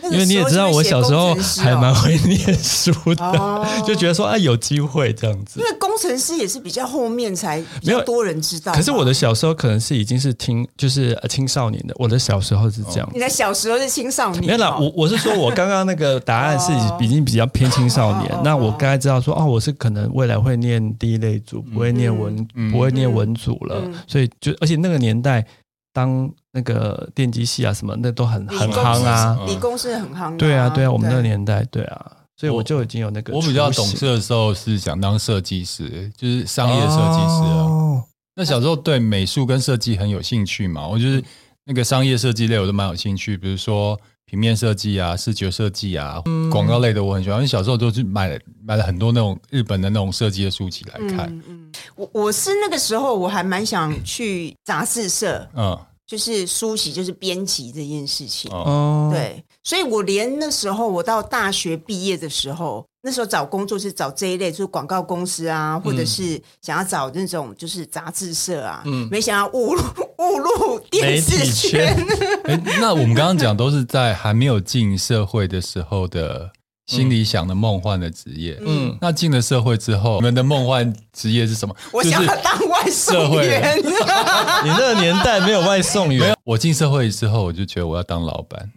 Speaker 2: 那
Speaker 1: 因
Speaker 2: 个
Speaker 1: 为你也知道我小时候还蛮会念书的，
Speaker 2: 哦
Speaker 1: <laughs> 就觉得说啊有机会这样子
Speaker 2: 因。为工程师也是比较后面才比
Speaker 1: 没
Speaker 2: 较
Speaker 1: 有
Speaker 2: 多人知道嘛。
Speaker 1: 可是我的小时候可能是已经是听就是呃青少年的，我的小时候是这样
Speaker 2: 你。的小时候是青少年哦，
Speaker 1: 没有啦，我我是说，我刚刚那个答案是
Speaker 2: 哦
Speaker 1: 已经比较偏青少年
Speaker 2: 哦哦。
Speaker 1: 那我刚才知道说，哦，我是可能未来会念第一类组，不会念文，
Speaker 3: 嗯
Speaker 1: 不会念文组了。
Speaker 2: 嗯
Speaker 1: 所以就而且那个年代，当那个电机系啊什么，那都很
Speaker 2: 理
Speaker 1: 很
Speaker 2: 工是
Speaker 1: 夯啊。
Speaker 2: 理工是很夯的。
Speaker 1: 对啊，对啊，我们那个年代，对啊，所以我就已经有那个
Speaker 3: 我比较
Speaker 1: 雏
Speaker 3: 懂
Speaker 1: 形
Speaker 3: 事的时候是想当设计师，就是商业设计师啊。
Speaker 1: 哦
Speaker 3: 那小时候对美术跟设计很有兴趣嘛，我
Speaker 2: 嗯
Speaker 3: 就是那个商业设计类我都蛮有兴趣，比如说平面设计啊、视觉设计啊、
Speaker 2: 嗯
Speaker 3: 广告类的我很喜欢。因为小时候都是买了买了很多那种日本的那种设计的书籍来看，
Speaker 2: 嗯嗯，我我是那个时候我还蛮想去杂志社，
Speaker 3: 嗯
Speaker 2: 就是书写，就是编辑这件事情。
Speaker 3: 哦
Speaker 1: 哦，
Speaker 2: 对，所以我连那时候我到大学毕业的时候，那时候找工作是找这一类，就是广告公司啊，或
Speaker 3: 嗯
Speaker 2: 者是想要找那种就是杂志社啊。嗯，没想到误入误入电
Speaker 1: 媒
Speaker 2: 视
Speaker 1: 体圈
Speaker 2: 圈。
Speaker 3: <laughs> 嗯诶那我们刚刚讲都是在还没有进社会的时候的心里想的梦幻的职业。
Speaker 1: 嗯
Speaker 3: 那进了社会之后，你们的梦幻职业是什么？
Speaker 2: 我
Speaker 3: 就是
Speaker 2: 想要当外
Speaker 3: 社
Speaker 2: 送
Speaker 3: 会
Speaker 2: 员， <laughs>
Speaker 1: 你那个年代没有外送员，
Speaker 3: 我进社会之后，我就觉得我要当老板。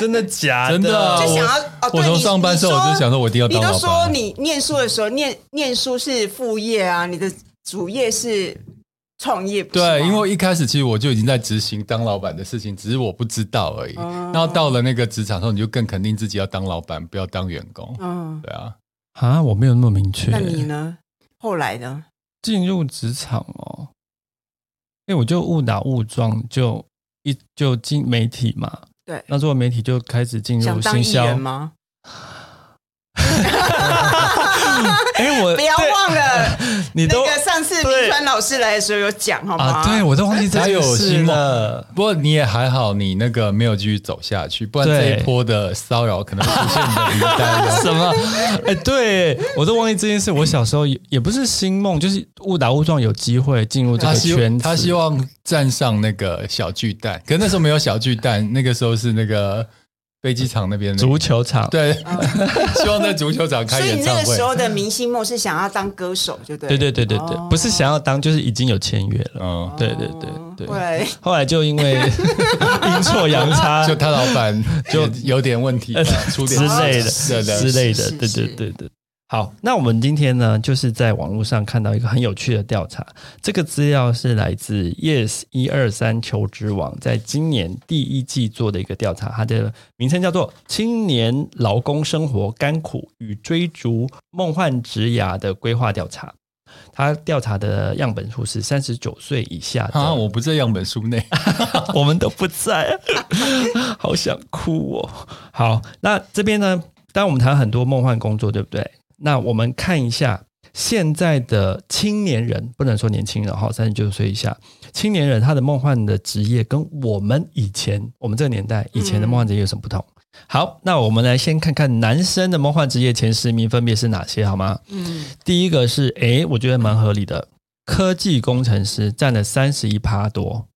Speaker 1: 真的假的？
Speaker 3: 真的啊
Speaker 2: 就想要哦，对
Speaker 3: 我从
Speaker 2: 你
Speaker 3: 上班时候
Speaker 2: 你
Speaker 3: 我就想说我一定要
Speaker 2: 你
Speaker 3: 当
Speaker 2: 都
Speaker 3: 老
Speaker 2: 说
Speaker 3: 板啊
Speaker 2: 你念书的时候，念念书是副业啊，你的主业是创业，不是
Speaker 3: 对，
Speaker 2: 吗
Speaker 3: 因为一开始其实我就已经在执行当老板的事情，只是我不知道而已。
Speaker 2: 哦
Speaker 3: 然后到了那个职场上，你就更肯定自己要当老板，不要当员工。
Speaker 2: 嗯，
Speaker 3: 对啊，
Speaker 1: 啊，我没有那么明确。
Speaker 2: 那你呢？后来呢？
Speaker 1: 进入职场哦，因为我就误打误撞就一就进媒体嘛，
Speaker 2: 对
Speaker 1: 那做媒体就开始进
Speaker 2: 想
Speaker 1: 入
Speaker 2: 当
Speaker 1: 行
Speaker 2: 艺
Speaker 1: 销
Speaker 2: 人。
Speaker 3: 呃
Speaker 2: 吗？
Speaker 1: 哎、我
Speaker 2: <laughs> 不要
Speaker 1: 对
Speaker 2: 忘了
Speaker 1: 你
Speaker 2: 那
Speaker 1: 都、
Speaker 2: 个上次明川老师来的时候有讲，好吗？
Speaker 1: 啊，对我都忘记这
Speaker 3: 还
Speaker 1: 件
Speaker 3: 有
Speaker 1: 事
Speaker 3: 新
Speaker 1: 了。
Speaker 3: 不过你也还好，你那个没有继续走下去，不然
Speaker 1: 对
Speaker 3: 这一波的骚扰可能会出现你的名
Speaker 2: <laughs>
Speaker 3: 单哦。
Speaker 1: 什么？哎、对我都忘记这件事。我小时候也也不是星梦，就是误打误撞有机会进入这
Speaker 3: 他
Speaker 1: 个
Speaker 3: 希
Speaker 1: 圈子。
Speaker 3: 他希望站上那个小巨蛋，可是那时候没有小巨蛋，那个时候是那个飞机场那边的
Speaker 1: 足球场，
Speaker 3: 对， <laughs> 希望在足球场
Speaker 2: 嗯
Speaker 3: 开
Speaker 2: 所以
Speaker 3: 演
Speaker 2: 你
Speaker 3: 唱
Speaker 2: 那个
Speaker 3: 会
Speaker 2: 时。候的明星梦是想要当歌手，就对了。
Speaker 1: 对对对对对，
Speaker 2: 哦
Speaker 1: 不是想要当，就是已经有签约了。
Speaker 3: 嗯，
Speaker 1: 对对对对。
Speaker 2: 后来
Speaker 1: 后来就因为 <laughs> 阴错阳差
Speaker 3: 就他老
Speaker 1: <laughs>
Speaker 3: 板就有点问题吧，出
Speaker 1: 呃之
Speaker 3: 点
Speaker 1: 类的
Speaker 3: 对
Speaker 1: 之
Speaker 3: 对，
Speaker 1: 类的
Speaker 2: 是，是
Speaker 1: 对对
Speaker 2: 是
Speaker 1: 对对。好，那我们今天呢，就是在网络上看到一个很有趣的调查，这个资料是来自 Yes 一二三求职网在今年第一季做的一个调查，它的名称叫做《青年劳工生活甘苦与追逐梦幻职涯的规划调查》。它调查的样本数是三十九岁以下的
Speaker 3: 啊，我不在样本书内。
Speaker 1: 啊 <laughs> 我们都不在， <laughs> 好想哭哦。好，那这边呢，当然我们谈很多梦幻工作，对不对？那我们看一下现在的青年人，不能说年轻人哈，三十九岁以下青年人他的梦幻的职业跟我们以前我们这个年代以前的梦幻职业有什么不同？好，那我们来先看看男生的梦幻职业前十名分别是哪些，好吗？
Speaker 2: 嗯，
Speaker 1: 第一个是，诶，我觉得蛮合理的，科技工程师占了三十一趴多。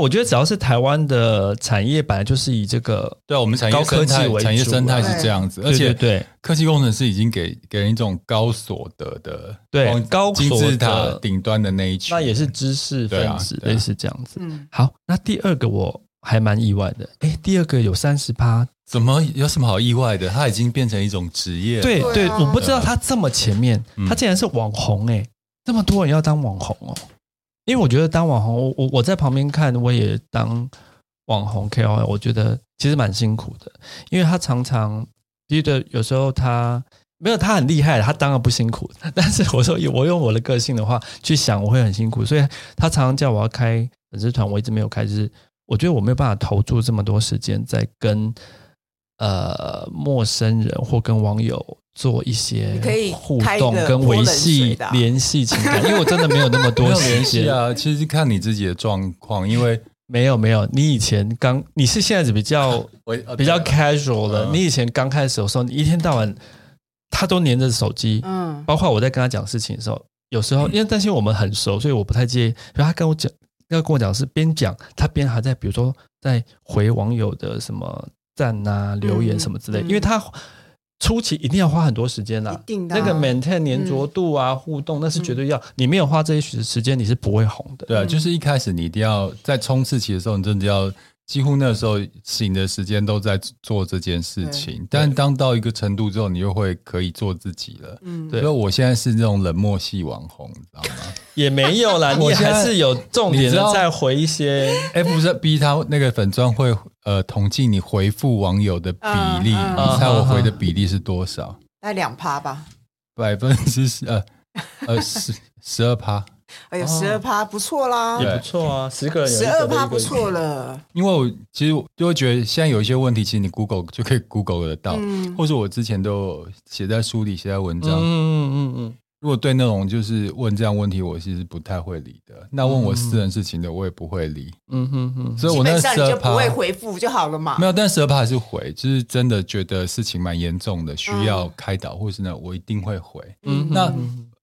Speaker 1: 我觉得只要是台湾的产业，本来就是以这个
Speaker 3: <laughs> 对啊，我们产
Speaker 1: 高
Speaker 3: 业
Speaker 1: 科
Speaker 3: 生
Speaker 1: 技
Speaker 3: 态
Speaker 1: 为主啊
Speaker 3: 产业生态是这样子，而
Speaker 1: 对
Speaker 3: 且
Speaker 1: 对对
Speaker 3: 科技工程师已经给给人一种高所得的
Speaker 1: 对
Speaker 3: 光
Speaker 1: 高所
Speaker 3: 金
Speaker 1: 得
Speaker 3: 字塔顶端的那一群，
Speaker 1: 那也是知识分子，
Speaker 3: 对啊对啊
Speaker 1: 类似这样子。
Speaker 2: 嗯，
Speaker 1: 好，那第二个我还蛮意外的，诶，第二个有三十趴，
Speaker 3: 怎么有什么好意外的？它已经变成一种职业了，
Speaker 1: 对
Speaker 2: 对啊
Speaker 1: 对，我不知道他这么前面，
Speaker 3: 嗯
Speaker 1: 他竟然是网红诶，这么多人要当网红哦。因为我觉得当网红，我我我在旁边看，我也当网红 KOL，我觉得其实蛮辛苦的，因为他常常第一个有时候他没有他很厉害，他当然不辛苦，但是我说我用我的个性的话去想，我会很辛苦，所以他常常叫我要开粉丝团，我一直没有开，就是我觉得我没有办法投注这么多时间在跟呃陌生人或跟网友做一些
Speaker 2: 你可以
Speaker 1: 互
Speaker 2: 开一个
Speaker 1: 动跟
Speaker 2: 泼
Speaker 1: 维
Speaker 2: 冷水
Speaker 1: 系
Speaker 2: 的啊
Speaker 1: 联系情感，因为我真的没有那么
Speaker 3: <laughs> 没
Speaker 1: 多
Speaker 3: 有
Speaker 1: 时
Speaker 3: 联系
Speaker 1: 间。
Speaker 3: 啊。其实看你自己的状况，因为
Speaker 1: 没有没有，你以前刚你是现在比
Speaker 3: <laughs>
Speaker 1: 较
Speaker 3: 我呃
Speaker 1: 比较 casual 的，
Speaker 3: 啊嗯
Speaker 1: 你以前刚开始的时候，你一天到晚他都黏着手机，
Speaker 2: 嗯，
Speaker 1: 包括我在跟他讲事情的时候，有时候因为担心我们很熟，所以我不太介意。然后他跟我讲，要跟我讲是边讲他边还在，比如说在回网友的什么赞啊、留言什么之类，
Speaker 2: 嗯
Speaker 1: 因为他初期一定要花很多时间啦、
Speaker 2: 一定的啊
Speaker 1: 那个 maintain 粘着度啊、互动，那是绝对要。你没有花这些时间，你是不会红的。
Speaker 3: 对啊，就是一开始你一定要在冲刺期的时候，你真的要几乎那时候醒的时间都在做这件事情。但当到一个程度之后，你就会可以做自己了。
Speaker 2: 嗯
Speaker 1: 对
Speaker 3: 所以我现在是那种冷漠系网红，你知道吗
Speaker 1: 也没有啦，你
Speaker 3: 我现在
Speaker 1: 还是有重点
Speaker 3: 你知
Speaker 1: 的
Speaker 3: 道
Speaker 1: 在回一些。
Speaker 3: ？F 哎是逼他那个粉砖会呃统计你回复网友的比例，
Speaker 1: 嗯
Speaker 2: 嗯
Speaker 3: 你猜我回的比例是多少？
Speaker 2: 大概两趴吧，
Speaker 3: 百分之十呃呃十十二趴。
Speaker 2: 哎呦，十二趴不错啦
Speaker 1: 也，
Speaker 3: 对
Speaker 1: 不错啊，十个人有一
Speaker 2: 十
Speaker 1: 个
Speaker 2: 二
Speaker 1: 都
Speaker 2: 趴
Speaker 1: 一个
Speaker 2: 不错了，
Speaker 3: 因为我其实我就会觉得现在有一些问题，其实你 Google 就可以 Google 得到，
Speaker 2: 嗯
Speaker 3: 或者我之前都有写在书里、写在文
Speaker 1: 嗯
Speaker 3: 章。
Speaker 1: 嗯嗯嗯，
Speaker 3: 如果对那种就是问这样问题，我其实不太会理的。那问我私人事情的，我也不会理。
Speaker 1: 嗯嗯嗯，
Speaker 3: 所以
Speaker 2: 基
Speaker 3: 我那
Speaker 2: 本上
Speaker 3: 十
Speaker 2: 你
Speaker 3: 二
Speaker 2: 就不会
Speaker 3: 趴
Speaker 2: 回复就好了嘛
Speaker 3: 没。有，但十二趴还是回，就是真的觉得事情蛮严重的，需
Speaker 2: 嗯
Speaker 3: 要开导，或是呢，我一定会回。
Speaker 1: 嗯
Speaker 3: 那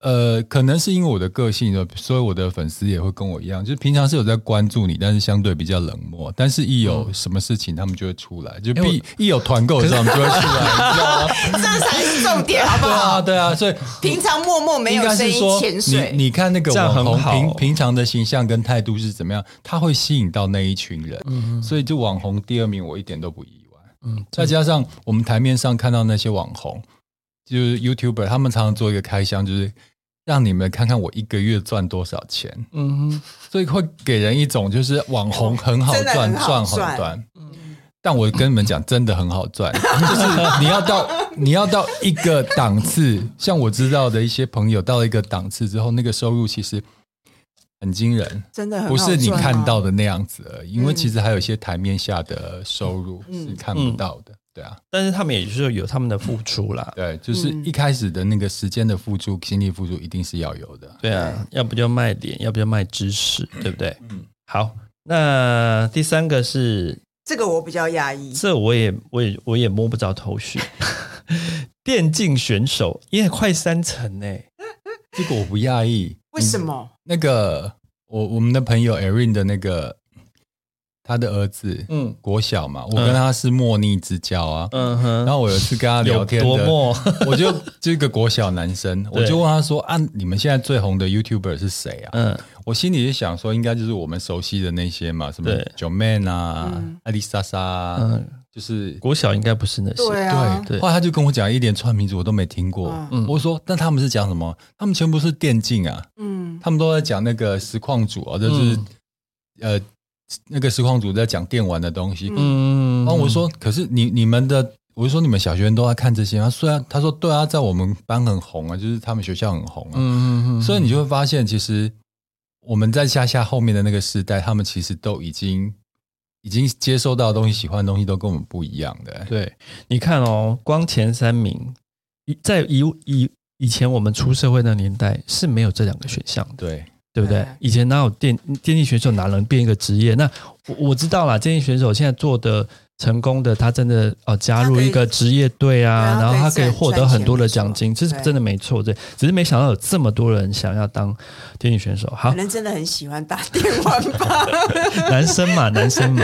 Speaker 3: 呃，可能是因为我的个性的，所以我的粉丝也会跟我一样，就是平常是有在关注你，但是相对比较冷漠。但是，一有什么事情，他们就会出来，就
Speaker 1: 哎嗯我
Speaker 3: 必一有团购的时候，他们就会出
Speaker 1: <laughs>
Speaker 3: 来，你知道吗？
Speaker 2: 这才是重点，好不
Speaker 3: 对啊，
Speaker 2: 好？
Speaker 3: 对啊，所以
Speaker 2: 平常默默没
Speaker 3: 应
Speaker 2: 有
Speaker 3: 该
Speaker 2: 声
Speaker 3: 是
Speaker 2: 音
Speaker 3: 说
Speaker 2: 潜水，
Speaker 3: 你你看那个
Speaker 1: 这样很
Speaker 3: 网
Speaker 1: 好
Speaker 3: 红平平常的形象跟态度是怎么样，他会吸引到那一群人，所以就网红第二名我一点都不意外。
Speaker 1: 嗯，
Speaker 3: 再加上我们台面上看到那些网红，就是 YouTuber，他们常常做一个开箱，就是让你们看看我一个月赚多少钱，
Speaker 1: 嗯哼，
Speaker 3: 所以会给人一种就是网红很
Speaker 2: <laughs>
Speaker 3: 好
Speaker 2: 真的
Speaker 3: 赚，
Speaker 2: 很
Speaker 3: 赚
Speaker 2: 好
Speaker 3: 很
Speaker 2: 赚
Speaker 3: 赚。但我跟你们讲，真的很好
Speaker 2: <laughs>
Speaker 3: 赚，就是你要到你要到一个档次，像我知道的一些朋友到了一个档次之后，那个收入其实很惊人。
Speaker 2: 真的很
Speaker 3: 不是你
Speaker 2: 好赚
Speaker 3: 看
Speaker 2: 啊
Speaker 3: 到的那样子而已，因为
Speaker 2: 嗯
Speaker 3: 其实还有一些台面下的收入是看不到的。对啊，
Speaker 1: 但是他们也是有他们的付出啦，
Speaker 3: 对，就是
Speaker 2: 嗯
Speaker 3: 一开始的那个时间的付出、心力付出一定是要有的。
Speaker 1: 对啊，要不就卖脸，要不就卖知识，对不对？嗯，好，那第三个是
Speaker 2: 这个我比较压抑，
Speaker 1: 这我也我也我也摸不着头绪。 <laughs> 电竞选手也快三成呢、
Speaker 3: 这个我不讶异，
Speaker 2: 为什么？
Speaker 3: 那个我我们的朋友 Erin 的那个他的儿子，
Speaker 1: 嗯
Speaker 3: 嗯，国小嘛，我跟他是莫逆之交啊。
Speaker 1: 嗯哼，
Speaker 3: 然后我有一次跟他聊天的，
Speaker 1: 有多么
Speaker 3: <laughs> 我就就一个国小男生，我就问他说啊，你们现在最红的 YouTuber 是谁啊？ <laughs>
Speaker 1: 嗯
Speaker 3: 我心里就想说，应该就是我们熟悉的那些嘛，什么
Speaker 1: 对
Speaker 3: j o m a n 啊、艾丽莎莎啊，
Speaker 1: 嗯，
Speaker 3: 就是
Speaker 1: 国小应该不是那些，
Speaker 2: 对啊，
Speaker 1: 对
Speaker 3: 后来他就跟我讲一连串名字我都没听过，
Speaker 1: 嗯
Speaker 3: 我说那他们是讲什么？他们全部是电竞啊，
Speaker 2: 嗯，
Speaker 3: 他们都在讲那个实况组啊，就是、
Speaker 1: 嗯
Speaker 3: 呃那个实况组在讲电玩的东西。
Speaker 1: 嗯
Speaker 3: 然后我说，可是你你们的，我就说你们小学生都在看这些啊。虽然他说对啊，在我们班很红啊，就是他们学校很红啊。
Speaker 1: 嗯嗯嗯，
Speaker 3: 所以你就会发现，其实我们在下下后面的那个时代，他们其实都已经已经接收到的东西、喜欢的东西都跟我们不一样的、
Speaker 1: 对，你看哦，光前三名，以在以以以前我们出社会的年代是没有这两个选项的，
Speaker 3: 对，
Speaker 1: 对不对
Speaker 2: 对？
Speaker 1: 以前哪有电电竞选手哪能变一个职业？那我我知道啦，电竞选手现在做的成功的，他真的呃加入一个职业队啊，
Speaker 2: 对
Speaker 1: 然后
Speaker 2: 啊
Speaker 1: 他可
Speaker 2: 可以
Speaker 1: 以
Speaker 2: 赚
Speaker 1: 获得很多的奖金，这
Speaker 2: 赚
Speaker 1: 是
Speaker 2: 钱
Speaker 1: 真的没错。对，只是没想到有这么多人想要当电竞选手。好
Speaker 2: 可，能真的很喜欢打电玩吧。
Speaker 1: 男生嘛，男生嘛。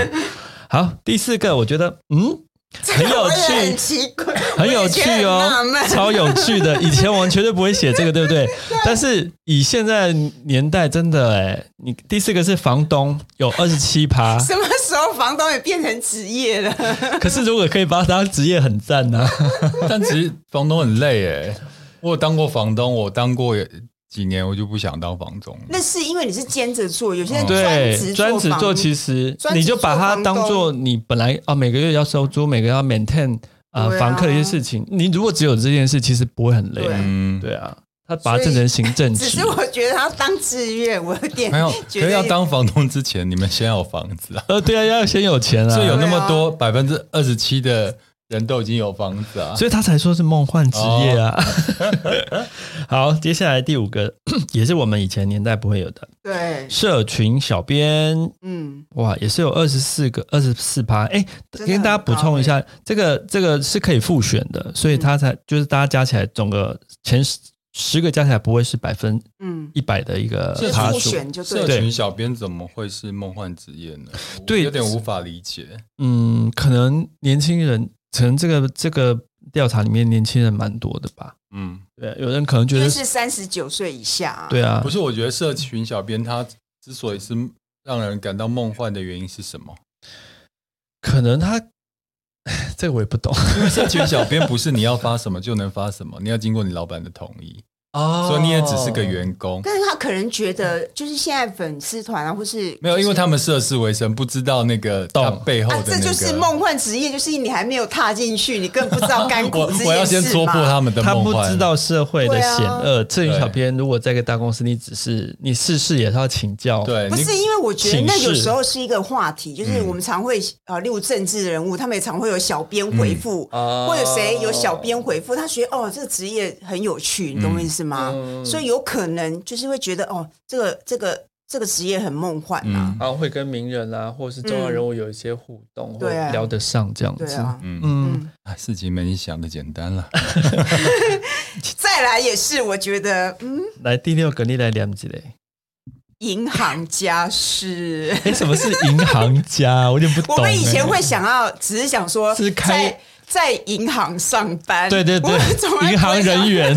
Speaker 1: 好，第四个，我觉得 <laughs> 嗯 <laughs> 很有
Speaker 2: 我也
Speaker 1: 趣
Speaker 2: 很，奇怪，
Speaker 1: 很有趣哦
Speaker 2: 我也觉得很纳，闷
Speaker 1: 超有趣的。以前我们绝对不会写这个，对不
Speaker 2: <laughs>
Speaker 1: 对？但是以现在年代，真的哎，你第四个是房东，有二十七
Speaker 2: <laughs>
Speaker 1: 趴。
Speaker 2: 什么时候房东也变成职业了？
Speaker 1: <laughs> 可是如果可以把它当职业，很赞啊呐、
Speaker 3: 但其实房东很累哎、我有当过房东，我当过几年，我就不想当房东了。
Speaker 2: 那是因为你是兼着做，有些人 <laughs> 专
Speaker 1: 嗯对，
Speaker 2: 职
Speaker 1: 专职
Speaker 2: 房
Speaker 1: 做其实
Speaker 2: 专职
Speaker 1: 你就把它当做你本来啊每个月要收租，每个月要 maintain 啊、
Speaker 2: 对啊
Speaker 1: 房客的一些事情。你如果只有这件事，其实不会很累。
Speaker 2: 对
Speaker 3: 嗯，
Speaker 1: 对啊，他把它变成行政
Speaker 2: 只
Speaker 1: 职
Speaker 2: 是。我觉得他当志愿，我有
Speaker 1: <laughs>
Speaker 2: 点
Speaker 3: 还有，可
Speaker 2: 觉得
Speaker 3: 是要当房东之前，你们先要有房子啊。
Speaker 1: 呃，对啊，要先有钱啊，
Speaker 3: 所以有那么
Speaker 2: <laughs>
Speaker 3: 多
Speaker 2: 对
Speaker 3: 百分之二十七的人都已经有房子
Speaker 1: <laughs>
Speaker 3: 啊。
Speaker 1: 所以他才说是梦幻职业啊。 <laughs> 好，接下来第五个 <clears throat> 也是我们以前年代不会有的
Speaker 2: 对，
Speaker 1: 社群小编，
Speaker 2: 嗯，
Speaker 1: 哇，也是有二十四个二十四趴。哎、
Speaker 2: 真的欸
Speaker 1: 跟大家补充一下，这个这个是可以复选的，所以它才、
Speaker 2: 嗯
Speaker 1: 就是大家加起来总个前十十个加起来不会是百分
Speaker 2: 嗯，
Speaker 1: 一百的一个
Speaker 2: <laughs> 就是
Speaker 1: 趴
Speaker 2: 复
Speaker 1: 数。
Speaker 2: 选就对了。
Speaker 3: 社群小编怎么会是梦幻职业呢？我
Speaker 1: 对
Speaker 3: 有点无法理解。
Speaker 1: 嗯，可能年轻人，可能这个这个调查里面年轻人蛮多的吧。
Speaker 3: 嗯，
Speaker 1: 对，有人可能觉
Speaker 2: 就
Speaker 1: 得
Speaker 2: 是三十九岁以下、啊，
Speaker 1: 对啊
Speaker 3: 不，是，我觉得社群小编他之所以是让人感到梦幻的原因是什么？
Speaker 1: 可能他哎这个我也不懂。
Speaker 3: 因为社群小编不是你要发什么就能发什么，你要经过你老板的同意，
Speaker 1: 哦
Speaker 3: 所以你也只是个员工。
Speaker 2: 但是他可能觉得，就是现在粉丝团啊，或是
Speaker 3: 没有，因为他们涉世未深，不知道那个
Speaker 1: 懂
Speaker 3: 他背后
Speaker 2: 啊，
Speaker 3: 的
Speaker 2: 这
Speaker 3: 那个。
Speaker 2: 就是梦幻职业，就是你还没有踏进去，你更不知
Speaker 1: <laughs>
Speaker 2: 道甘苦
Speaker 3: 我
Speaker 2: 这件事
Speaker 3: 我要先戳破
Speaker 2: 嘛
Speaker 3: 他们的
Speaker 1: 他
Speaker 3: 梦
Speaker 1: 不
Speaker 3: 幻。
Speaker 1: 知道社会的险恶。这群
Speaker 3: 对
Speaker 1: 小编如果在一个大公司，你只是你事事也是要请教。，
Speaker 3: 对，
Speaker 2: 不
Speaker 3: 你
Speaker 2: 是因为我觉得那
Speaker 1: 请示
Speaker 2: 有时候是一个话题，就是我们常会呃，例如政治人物，他们也常会有小编回复，
Speaker 1: 嗯哦
Speaker 2: 或者谁有小编回复，他觉得哦，这个职业很有趣，你懂我意思吗？
Speaker 1: 嗯
Speaker 2: 所以有可能就是会觉得哦，这个这个这个职业很梦幻啊，
Speaker 3: 嗯
Speaker 1: 然后会跟名人啊，或是
Speaker 2: 重要人
Speaker 1: 物有一些互动，
Speaker 2: 对啊
Speaker 1: 或聊得上这样
Speaker 2: 对
Speaker 1: 子。
Speaker 2: 啊。
Speaker 3: 嗯，
Speaker 1: 嗯，
Speaker 3: 啊事情没你想的简单
Speaker 2: <laughs>
Speaker 3: 了。
Speaker 2: 再来也是，我觉得嗯，
Speaker 1: 来第六个，你来两几嘞？
Speaker 2: 银行家是。
Speaker 1: <laughs> 哎，什么是银行家？我有点不懂
Speaker 2: 我
Speaker 1: 欸。
Speaker 2: 们以前会想要，只是想说
Speaker 1: 是开
Speaker 2: 在在银行上班，
Speaker 1: 对对
Speaker 2: 我
Speaker 1: 对
Speaker 2: 们从来不会
Speaker 1: 银行
Speaker 2: 想
Speaker 1: 人员，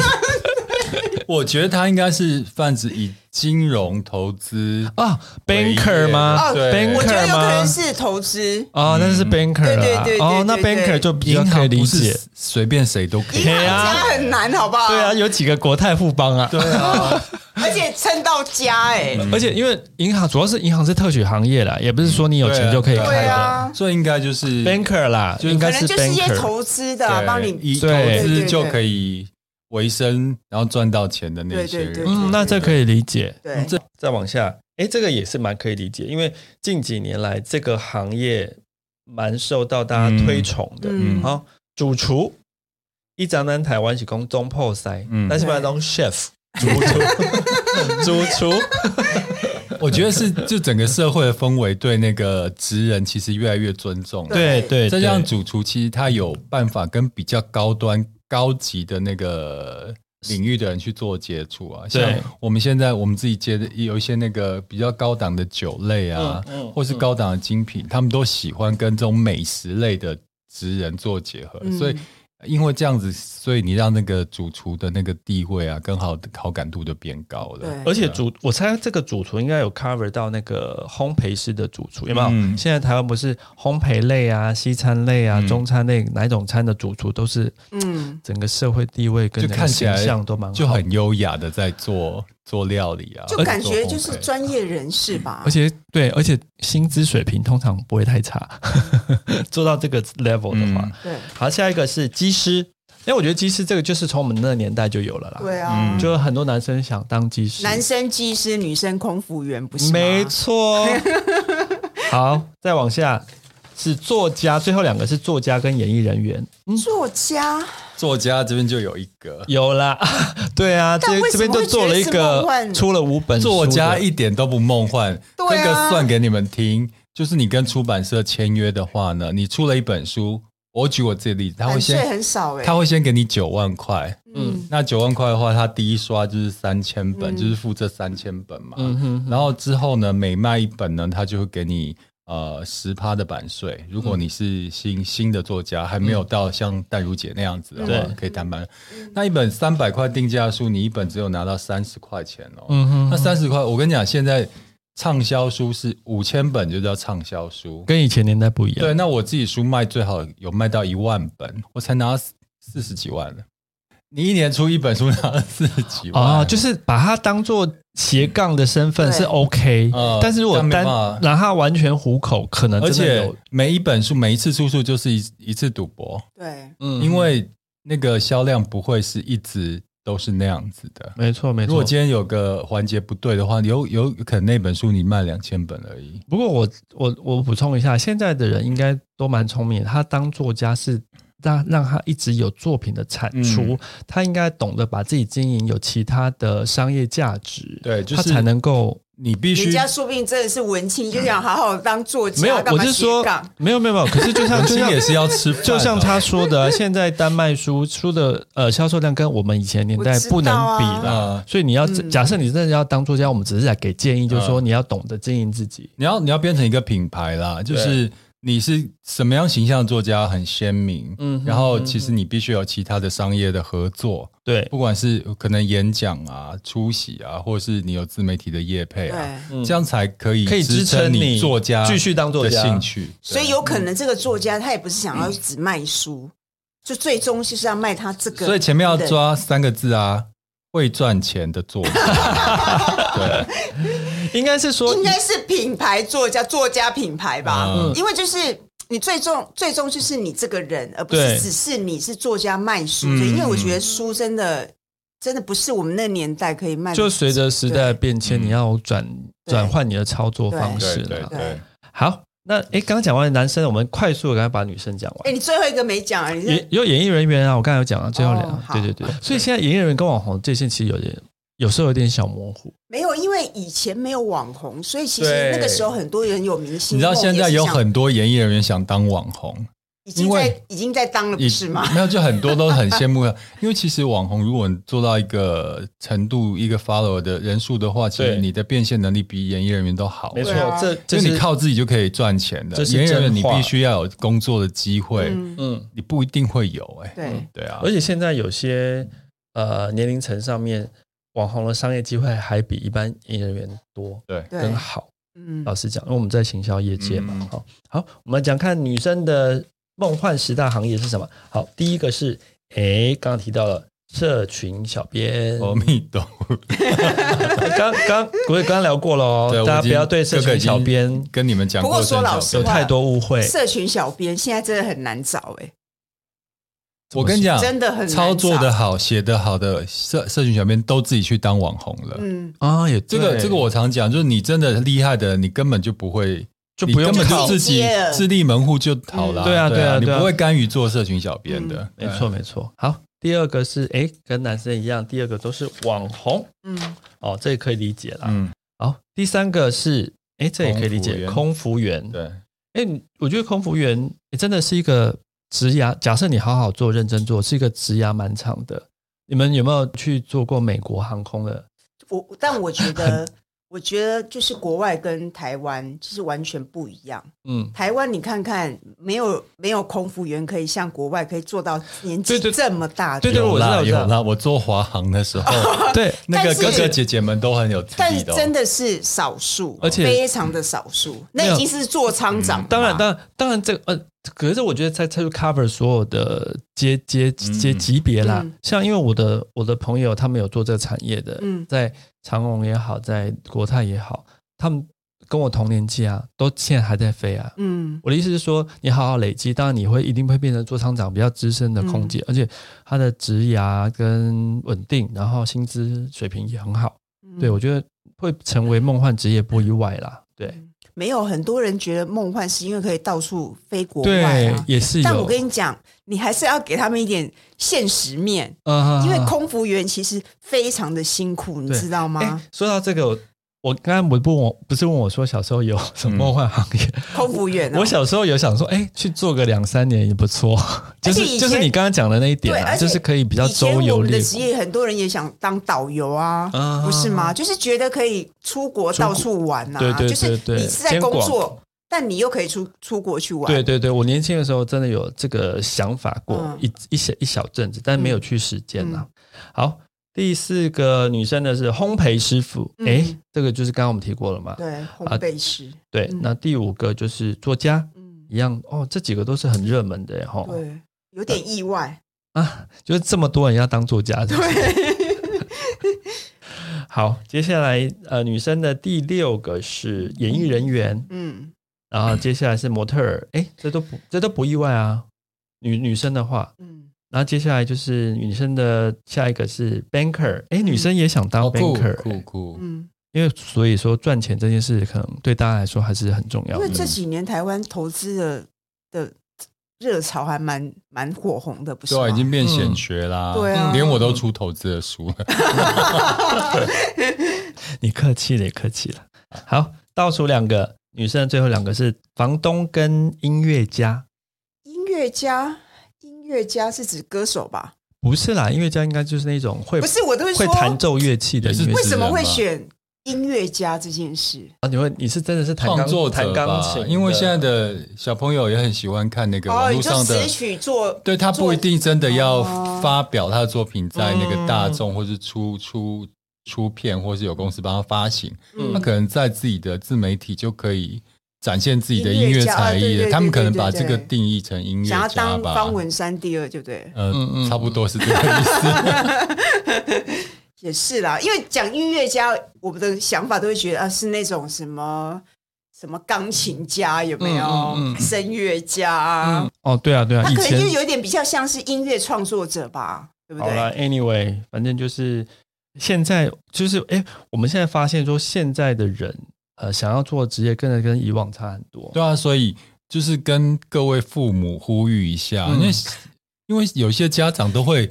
Speaker 3: 我觉得他应该是泛指以金融投资
Speaker 1: <laughs> 啊
Speaker 3: 为业
Speaker 1: ，banker 吗
Speaker 2: 哦
Speaker 3: 对
Speaker 2: 我
Speaker 1: banker
Speaker 2: 觉得有可能
Speaker 1: 吗
Speaker 2: 是投资，
Speaker 1: 哦，那是 banker
Speaker 2: 对对
Speaker 1: 啦
Speaker 2: 对对。
Speaker 1: 哦，那
Speaker 2: 对对
Speaker 1: banker 就比较
Speaker 3: 银
Speaker 1: 可以
Speaker 3: 行
Speaker 1: 理
Speaker 3: 不是
Speaker 1: 解。
Speaker 3: 随便谁都可以
Speaker 1: 对啊
Speaker 2: 家很难，好不好？
Speaker 1: 对啊，，有几个国泰富邦啊。对啊，
Speaker 2: 而且撑到家哎，
Speaker 1: 而且因为银行主要是银行是特许行业啦，也不是说你有钱就可以开
Speaker 2: 对
Speaker 1: 的。
Speaker 2: 啊，
Speaker 3: 所以应该就是
Speaker 1: banker 啦，
Speaker 3: 就
Speaker 1: 应
Speaker 2: 可
Speaker 1: 该
Speaker 2: 能就是一些
Speaker 1: banker。
Speaker 2: 投资的啊
Speaker 3: 对
Speaker 2: 帮你。
Speaker 3: 以投
Speaker 1: 对
Speaker 3: 资就
Speaker 2: 对对
Speaker 3: 可以维生，然后赚到钱的那些
Speaker 2: 对对
Speaker 3: 人
Speaker 2: 对。
Speaker 1: 嗯，那这可以理解。
Speaker 2: 对，
Speaker 1: 这再往下，哎，这个也是蛮可以理解，因为近几年来这个行业蛮受到大家推崇的。
Speaker 2: 嗯
Speaker 1: 好，主厨一张单台湾是讲中破塞，
Speaker 3: 嗯
Speaker 1: 但是把它当 chef 主厨主厨，
Speaker 3: <laughs> 我觉得是就整个社会的氛围对那个职人其实越来越尊重。
Speaker 1: 对对，
Speaker 3: 再
Speaker 1: 对
Speaker 3: 加上主厨，其实他有办法跟比较高端、高级的那个领域的人去做接触啊。像
Speaker 1: 对
Speaker 3: 我们现在我们自己接的有一些那个比较高档的酒类啊，
Speaker 1: 嗯嗯
Speaker 3: 或是高档的精品，他们都喜欢跟这种美食类的职人做结合，
Speaker 2: 嗯
Speaker 3: 所以。因为这样子，所以你让那个主厨的那个地位啊，跟好好感度就变高了。
Speaker 2: 对
Speaker 1: 而且主，我猜这个主厨应该有 cover 到那个烘焙师的主厨，有没有？
Speaker 3: 嗯
Speaker 1: 现在台湾不是烘焙类啊、西餐类啊、
Speaker 3: 嗯
Speaker 1: 中餐类哪一种餐的主厨都是
Speaker 2: 嗯，
Speaker 1: 整个社会地位跟
Speaker 3: 就
Speaker 1: 整
Speaker 3: 看
Speaker 1: 个
Speaker 3: 起
Speaker 1: 形
Speaker 3: 来
Speaker 1: 象都蛮好
Speaker 3: 就很优雅的在做做料理啊，
Speaker 2: 就
Speaker 3: 或者
Speaker 2: 感觉
Speaker 3: 做
Speaker 2: 就
Speaker 3: 烘
Speaker 2: 是
Speaker 3: 焙
Speaker 2: 专业人士吧
Speaker 1: 而。且对，而且薪资水平通常不会太差， <laughs> 做到这个 level 的话。
Speaker 3: 嗯
Speaker 2: 对
Speaker 1: 好，下一个是技师，因为我觉得技师这个就是从我们那个年代就有了啦，
Speaker 2: 对啊
Speaker 3: 嗯，
Speaker 1: 就很多男生想当技师，
Speaker 2: 男生技师，女生空服员，不是吗
Speaker 1: 没错。 <laughs> 好，再往下是作家，最后两个是作家跟演艺人员。嗯，
Speaker 2: 作家，
Speaker 3: 作家这边就有一个
Speaker 1: 有啦， <laughs> 对啊，
Speaker 2: 但
Speaker 1: 这
Speaker 2: 为
Speaker 1: 这
Speaker 2: 什
Speaker 1: 边
Speaker 2: 么
Speaker 1: 就
Speaker 2: 会
Speaker 1: 做
Speaker 2: 觉
Speaker 1: 了
Speaker 2: 得
Speaker 1: 一
Speaker 2: 是
Speaker 1: 个
Speaker 2: 梦幻
Speaker 1: 出了五本书的
Speaker 3: 作家一点都不梦幻，
Speaker 2: 对啊
Speaker 3: 这个算给你们听。就是你跟出版社签约的话呢，你出了一本书，我举我自己的例子，他会
Speaker 2: 版税
Speaker 3: 先
Speaker 2: 很少哎。
Speaker 3: 他会先给你九万块，
Speaker 1: 嗯
Speaker 3: 那九万块的话，他第一刷就是三千本，
Speaker 2: 嗯
Speaker 3: 就是付这三千本嘛。
Speaker 1: 嗯哼，
Speaker 3: 然后之后呢，每卖一本呢，他就会给你呃十趴的版税。如
Speaker 1: 嗯
Speaker 3: 果你是新新的作家，还没有到像淡如姐那样子的话，
Speaker 1: 对
Speaker 3: 可以谈版。那一本三百块定价书，你一本只有拿到三十块钱哦。
Speaker 1: 嗯哼，
Speaker 3: 那三十块，我跟你讲，现在畅销书是五千本就叫畅销书。
Speaker 1: 跟以前年代不一样。
Speaker 3: 对，那我自己书卖最好有卖到一万本，我才拿四十几万呢。你一年出一本书拿了四十几万
Speaker 1: 哦，就是把它当做斜杠的身份
Speaker 2: 对
Speaker 1: 是 OK，、
Speaker 3: 呃
Speaker 1: 但是如果
Speaker 3: 但没
Speaker 1: 单
Speaker 3: 办法
Speaker 1: 拿它完全糊口，可能
Speaker 3: 而
Speaker 1: 真的
Speaker 3: 且
Speaker 1: 有，
Speaker 3: 每一本书每一次出书就是一一次赌博，
Speaker 2: 对，
Speaker 1: 嗯
Speaker 3: 因为那个销量不会是一直都是那样子的。
Speaker 1: 没错没
Speaker 3: 如果
Speaker 1: 错。
Speaker 3: 今天有个环节不对的话，有有可能那本书你卖两千本而已。
Speaker 1: 不过我我我补充一下，现在的人应该都蛮聪明的，他当作家是。让让他一直有作品的产出，
Speaker 3: 嗯
Speaker 1: 他应该懂得把自己经营有其他的商业价值，
Speaker 3: 对就是
Speaker 1: 他才能够
Speaker 3: 你必须
Speaker 2: 人家说不定真的是文青，就想好好当作家，
Speaker 1: 没有。
Speaker 2: 干
Speaker 1: 我
Speaker 2: 嘛
Speaker 1: 是说
Speaker 2: 斜杠，
Speaker 1: 没有没有没有。可是就
Speaker 3: <laughs>
Speaker 1: 像
Speaker 3: 文
Speaker 1: 就
Speaker 3: 青
Speaker 1: 像
Speaker 3: 也是要吃饭的，
Speaker 1: 就像他说的，现在单卖书书的呃销售量跟我们以前年代不能比
Speaker 2: 我
Speaker 1: 啦。
Speaker 2: 知道
Speaker 3: 啊，
Speaker 1: 所以你要真、假设你真的要当作家，我们只是来给建议，就是
Speaker 3: 嗯
Speaker 1: 说你要懂得经营自己。
Speaker 3: 你要你要变成一个品牌啦，就是你是什么样形象的作家很鲜明，
Speaker 1: 嗯
Speaker 3: 嗯，然后其实你必须有其他的商业的合作，
Speaker 1: 对，
Speaker 3: 不管是可能演讲啊、出席啊，或是你有自媒体的业配啊，
Speaker 2: 对
Speaker 3: 这样才可
Speaker 1: 嗯
Speaker 3: 以
Speaker 1: 可以支撑
Speaker 3: 撑
Speaker 1: 你
Speaker 3: 作家
Speaker 1: 继续当作家
Speaker 3: 的兴趣。对啊嗯
Speaker 2: 所以有可能这个作家他也不是想要只卖书，就最终就是要卖他这个。
Speaker 3: 所以前面要抓三个字啊，会赚钱的
Speaker 2: <laughs>
Speaker 3: 作家。
Speaker 1: 应该是说
Speaker 2: 应该是品牌作家，作家品牌吧，
Speaker 3: 嗯
Speaker 2: 因为就是。你最终最终就是你这个人，而不
Speaker 1: 对
Speaker 2: 是只是你是作家卖书
Speaker 3: 嗯
Speaker 2: 的。因为我觉得书真的真的不是我们那年代可以卖的。
Speaker 1: 就随着时代的变迁，
Speaker 3: 对
Speaker 1: 你要转
Speaker 2: 对
Speaker 1: 转换你的操作方
Speaker 2: 嗯
Speaker 3: 对
Speaker 1: 式
Speaker 3: 对
Speaker 1: 了。
Speaker 3: 对，
Speaker 1: 好，那诶，刚刚讲完男生，我们快速的刚才把女生讲
Speaker 2: 哎，
Speaker 1: 完。
Speaker 2: 你最后一个没讲啊？你
Speaker 1: 演
Speaker 2: 是
Speaker 1: 有演艺人员啊，我刚才有讲啊，最后两、
Speaker 2: 哦好
Speaker 1: 对对对，所以现在演艺人员跟网红界限其实有点，有时候有点小模糊。
Speaker 2: 没有，因为以前没有网红，所以其实
Speaker 3: 对
Speaker 2: 那个时候很多人有明星。
Speaker 3: 你知道现在
Speaker 2: 梦也
Speaker 3: 有
Speaker 2: 是想
Speaker 3: 很多演艺人员想当网红，
Speaker 2: 已经
Speaker 3: 因为
Speaker 2: 在已经在当了，不是吗？
Speaker 3: 没有，就很多都很
Speaker 2: <laughs>
Speaker 3: 羡慕，啊因为其实网红如果你做到一个程度、一个 follower 的人数的话，其实
Speaker 1: 对
Speaker 3: 你的变现能力比演艺人员都好。
Speaker 1: 没错，
Speaker 2: 对啊
Speaker 1: 这
Speaker 3: 就
Speaker 1: 这
Speaker 3: 你
Speaker 1: 是
Speaker 3: 靠自己就可以赚钱的
Speaker 1: 这。是
Speaker 3: 演艺人员
Speaker 1: 真
Speaker 3: 你
Speaker 1: 话
Speaker 3: 必须要有工作的机会，
Speaker 2: 嗯，
Speaker 1: 嗯，
Speaker 3: 你不一定会有哎、
Speaker 2: 对
Speaker 3: 对啊
Speaker 1: 而，且现在有些呃年龄层上面，网红的商业机会还比一般营业人员多
Speaker 3: 对，
Speaker 1: 跟
Speaker 2: 对，
Speaker 1: 好。
Speaker 2: 嗯
Speaker 1: 老实讲，因为我们在行销业界嘛
Speaker 3: 嗯，
Speaker 1: 好、好，我们讲看女生的梦幻十大行业是什么？好，第一个是，诶，刚刚提到了社群小编，
Speaker 3: 阿弥陀佛，
Speaker 1: 刚刚我也刚刚聊过了
Speaker 3: 对
Speaker 1: 哦，
Speaker 3: 我
Speaker 1: 大家
Speaker 3: 已
Speaker 1: 不
Speaker 3: 经
Speaker 1: 要对社
Speaker 3: 这
Speaker 1: 群
Speaker 3: 个已经
Speaker 1: 小编
Speaker 3: 跟你们讲
Speaker 2: 不过
Speaker 3: 过
Speaker 2: 说
Speaker 3: 这样
Speaker 2: 老
Speaker 3: 子
Speaker 2: 实
Speaker 1: 有
Speaker 2: 话
Speaker 1: 太多误会，
Speaker 2: 社群小编现在真的很难找哎、
Speaker 3: 我跟
Speaker 1: 嗯
Speaker 3: 你讲，
Speaker 2: 真的很难找
Speaker 3: 操作的好、写的好的社社群小编都自己去当网红了。
Speaker 2: 嗯，
Speaker 1: 啊，也
Speaker 3: 这个
Speaker 1: 对
Speaker 3: 这个我常讲，就是你真的厉害的，你根本就不会，
Speaker 1: 就不用
Speaker 3: 你根本
Speaker 1: 靠
Speaker 3: 就自己
Speaker 2: 就直接了
Speaker 3: 自立门户就好了。
Speaker 1: 嗯对啊
Speaker 3: 对
Speaker 1: 对啊
Speaker 3: 你
Speaker 1: 对啊嗯
Speaker 3: 不会甘于做社群小编的，
Speaker 1: 没错没错。好，第二个是，诶，跟男生一样，第二个都是网红
Speaker 2: 嗯，
Speaker 1: 哦，这也可以理解啦。
Speaker 3: 嗯，
Speaker 1: 好，第三个是，诶，这也可以理
Speaker 3: 空服
Speaker 1: 解，
Speaker 3: 员
Speaker 1: 空服员，
Speaker 3: 对，
Speaker 1: 哎、你我觉得空服员、诶真的是一个职涯。假设你好好做、认真做，是一个职涯蛮长的。你们有没有去做过美国航空的？
Speaker 2: 我但我觉得，我觉得就是国外跟台湾就是完全不一样。 <laughs>
Speaker 1: 嗯，
Speaker 2: 台湾你看看，没有没有空服员可以像国外可以做到年纪
Speaker 1: 对对
Speaker 2: 这么大的，
Speaker 1: 对对
Speaker 3: 有
Speaker 1: 我知道
Speaker 3: 啦
Speaker 1: 我知道
Speaker 3: 有啦。我做华航的时
Speaker 2: <laughs>
Speaker 3: 候，
Speaker 1: 对，
Speaker 3: 那个
Speaker 2: 但是
Speaker 3: 哥哥姐姐们都很有资
Speaker 2: 但
Speaker 3: 历
Speaker 2: 是
Speaker 3: 的哦，
Speaker 2: 真的是少数，
Speaker 1: 而且
Speaker 2: 非常的少数，
Speaker 1: 没有嗯
Speaker 2: 那已经是座舱长了嘛、
Speaker 1: 当然，当然，当然这个呃，可是我觉得在在 cover 所有的阶阶阶
Speaker 3: 嗯
Speaker 1: 级别啦。
Speaker 2: 嗯
Speaker 1: 像因为我的我的朋友他们有做这个产业的，
Speaker 2: 嗯
Speaker 1: 在长荣也好，在国泰也好，他们跟我同年纪啊，都现在还在飞啊。
Speaker 2: 嗯，
Speaker 1: 我的意思是说，你好好累积，当然你会一定会变成做厂长比较资深的
Speaker 2: 嗯
Speaker 1: 空姐，而且她的职涯跟稳定，然后薪资水平也很好。
Speaker 2: 嗯
Speaker 1: 对我觉得会成为梦幻职业不意外啦。对
Speaker 2: 没有很多人觉得梦幻是因为可以到处飞国外、
Speaker 1: 对
Speaker 2: 啊，，
Speaker 1: 也是有。
Speaker 2: 但我跟你讲，你还是要给他们一点现实面，
Speaker 1: 呃
Speaker 2: 因为空服员其实非常的辛苦，你
Speaker 1: 对哎
Speaker 2: 知道吗？
Speaker 1: 说到这个，我我刚刚不不问我不是问我说小时候有什么梦幻行业？
Speaker 2: 空服员、哦，
Speaker 1: 我小时候有想说，哎，去做个两三年也不错，就
Speaker 2: 而且
Speaker 1: 是
Speaker 2: 以前
Speaker 1: 就是你刚刚讲的那一点
Speaker 2: 对
Speaker 1: 啊，
Speaker 2: 而且
Speaker 1: 就是可以比较
Speaker 2: 以前
Speaker 1: 周
Speaker 2: 我
Speaker 1: 游
Speaker 2: 们的
Speaker 1: 列
Speaker 2: 职
Speaker 1: 国。
Speaker 2: 业，很多人也想当导游啊，
Speaker 1: 啊
Speaker 2: 不是吗？就是觉得可以出国到处玩啊，
Speaker 1: 对对对
Speaker 2: 就
Speaker 1: 对
Speaker 2: 是你是在
Speaker 1: 兼
Speaker 2: 工
Speaker 1: 广
Speaker 2: 作，但你又可以出出国去玩。
Speaker 1: 对对对，我年轻的时候真的有这个想法过、
Speaker 2: 嗯
Speaker 1: 一一小一小阵子，但没有去实践啦。好，第四个女生的是烘焙师傅，
Speaker 2: 嗯
Speaker 1: 诶，这个就是刚刚我们提过了嘛。
Speaker 2: 对，烘焙师，
Speaker 1: 对，
Speaker 2: 嗯
Speaker 1: 那第五个就是作家，
Speaker 2: 嗯，
Speaker 1: 一样哦，这几个都是很热门的哈。吼
Speaker 2: 对，有点意外，
Speaker 1: 啊，就是这么多人要当作家，是不是
Speaker 2: 对， <laughs>
Speaker 1: 好，接下来呃，女生的第六个是演艺人员，
Speaker 2: 嗯，
Speaker 1: 然后接下来是模特儿，诶，这都不这都不意外啊。女女生的话，
Speaker 2: 嗯，
Speaker 1: 然后接下来就是女生的下一个是 banker，哎，
Speaker 2: 嗯
Speaker 1: 女生也想当
Speaker 3: 哦酷
Speaker 1: banker，、
Speaker 3: 酷酷，
Speaker 2: 嗯，
Speaker 1: 因为所以说赚钱这件事可能对大家来说还是很重要
Speaker 2: 因
Speaker 1: 的
Speaker 2: 为。
Speaker 3: 嗯
Speaker 2: 这几年台湾投资的的热潮还蛮蛮火红的，不是
Speaker 3: 对啊，已
Speaker 2: 吗？
Speaker 3: 经变显学啦，
Speaker 2: 对啊
Speaker 3: 连我都出投资的书了，
Speaker 1: 你客气了，也客气了。好，倒数两个女生，最后两个是房东跟音乐家，
Speaker 2: 音乐家，音乐家是指歌手吧？
Speaker 1: 不是啦，音乐家应该就是那种会
Speaker 2: 不是，我都会
Speaker 1: 会
Speaker 2: 说，
Speaker 1: 弹奏乐器的
Speaker 3: 也是
Speaker 1: 音乐
Speaker 2: 为
Speaker 1: 家。
Speaker 2: 什么会
Speaker 3: 人吗
Speaker 2: 选音乐家这件事？
Speaker 1: 啊你会你是真的是弹
Speaker 3: 创作
Speaker 1: 钢
Speaker 3: 者
Speaker 1: 弹钢
Speaker 3: 吧
Speaker 1: 琴的，，
Speaker 3: 因为现在的小朋友也很喜欢看那个网
Speaker 2: 哦你
Speaker 3: 络
Speaker 2: 就
Speaker 3: 上的
Speaker 2: 词曲做，
Speaker 3: 对他不一定真的要
Speaker 2: 哦
Speaker 3: 发表他的作品在那个大
Speaker 2: 嗯
Speaker 3: 众，或是出出出片，或是有公司帮他发行，
Speaker 1: 嗯
Speaker 3: 他可能在自己的自媒体就可以展现自己的
Speaker 2: 音乐
Speaker 3: 音乐
Speaker 2: 家
Speaker 3: 才艺
Speaker 2: 对对
Speaker 3: 了。
Speaker 2: 对
Speaker 3: 他们可能
Speaker 2: 对对
Speaker 3: 把
Speaker 2: 对
Speaker 3: 这个定义成音
Speaker 2: 做
Speaker 3: 乐
Speaker 2: 想要
Speaker 3: 家
Speaker 2: 当方
Speaker 3: 吧，
Speaker 2: 文山第二，对不对？ <laughs>
Speaker 1: 嗯
Speaker 3: 呃，
Speaker 1: 嗯
Speaker 3: 差不多是这个意思。
Speaker 2: 也是啦，因为讲音乐家，我们的想法都会觉得啊，是那种什么什么钢琴家有没有，
Speaker 1: 嗯嗯嗯
Speaker 2: 声乐家啊，
Speaker 1: 嗯哦，对啊对啊，
Speaker 2: 他
Speaker 1: 以
Speaker 2: 可能
Speaker 1: 前
Speaker 2: 就有点比较像是音乐创作者吧，对不
Speaker 1: 好了
Speaker 2: 对？
Speaker 1: ，anyway，反正就是现在就是哎、诶我们现在发现说现在的人呃想要做的职业，跟的跟以往差很多。
Speaker 3: 对啊，所以就是跟各位父母呼吁一下，
Speaker 1: 嗯
Speaker 3: 因为因为有些家长都会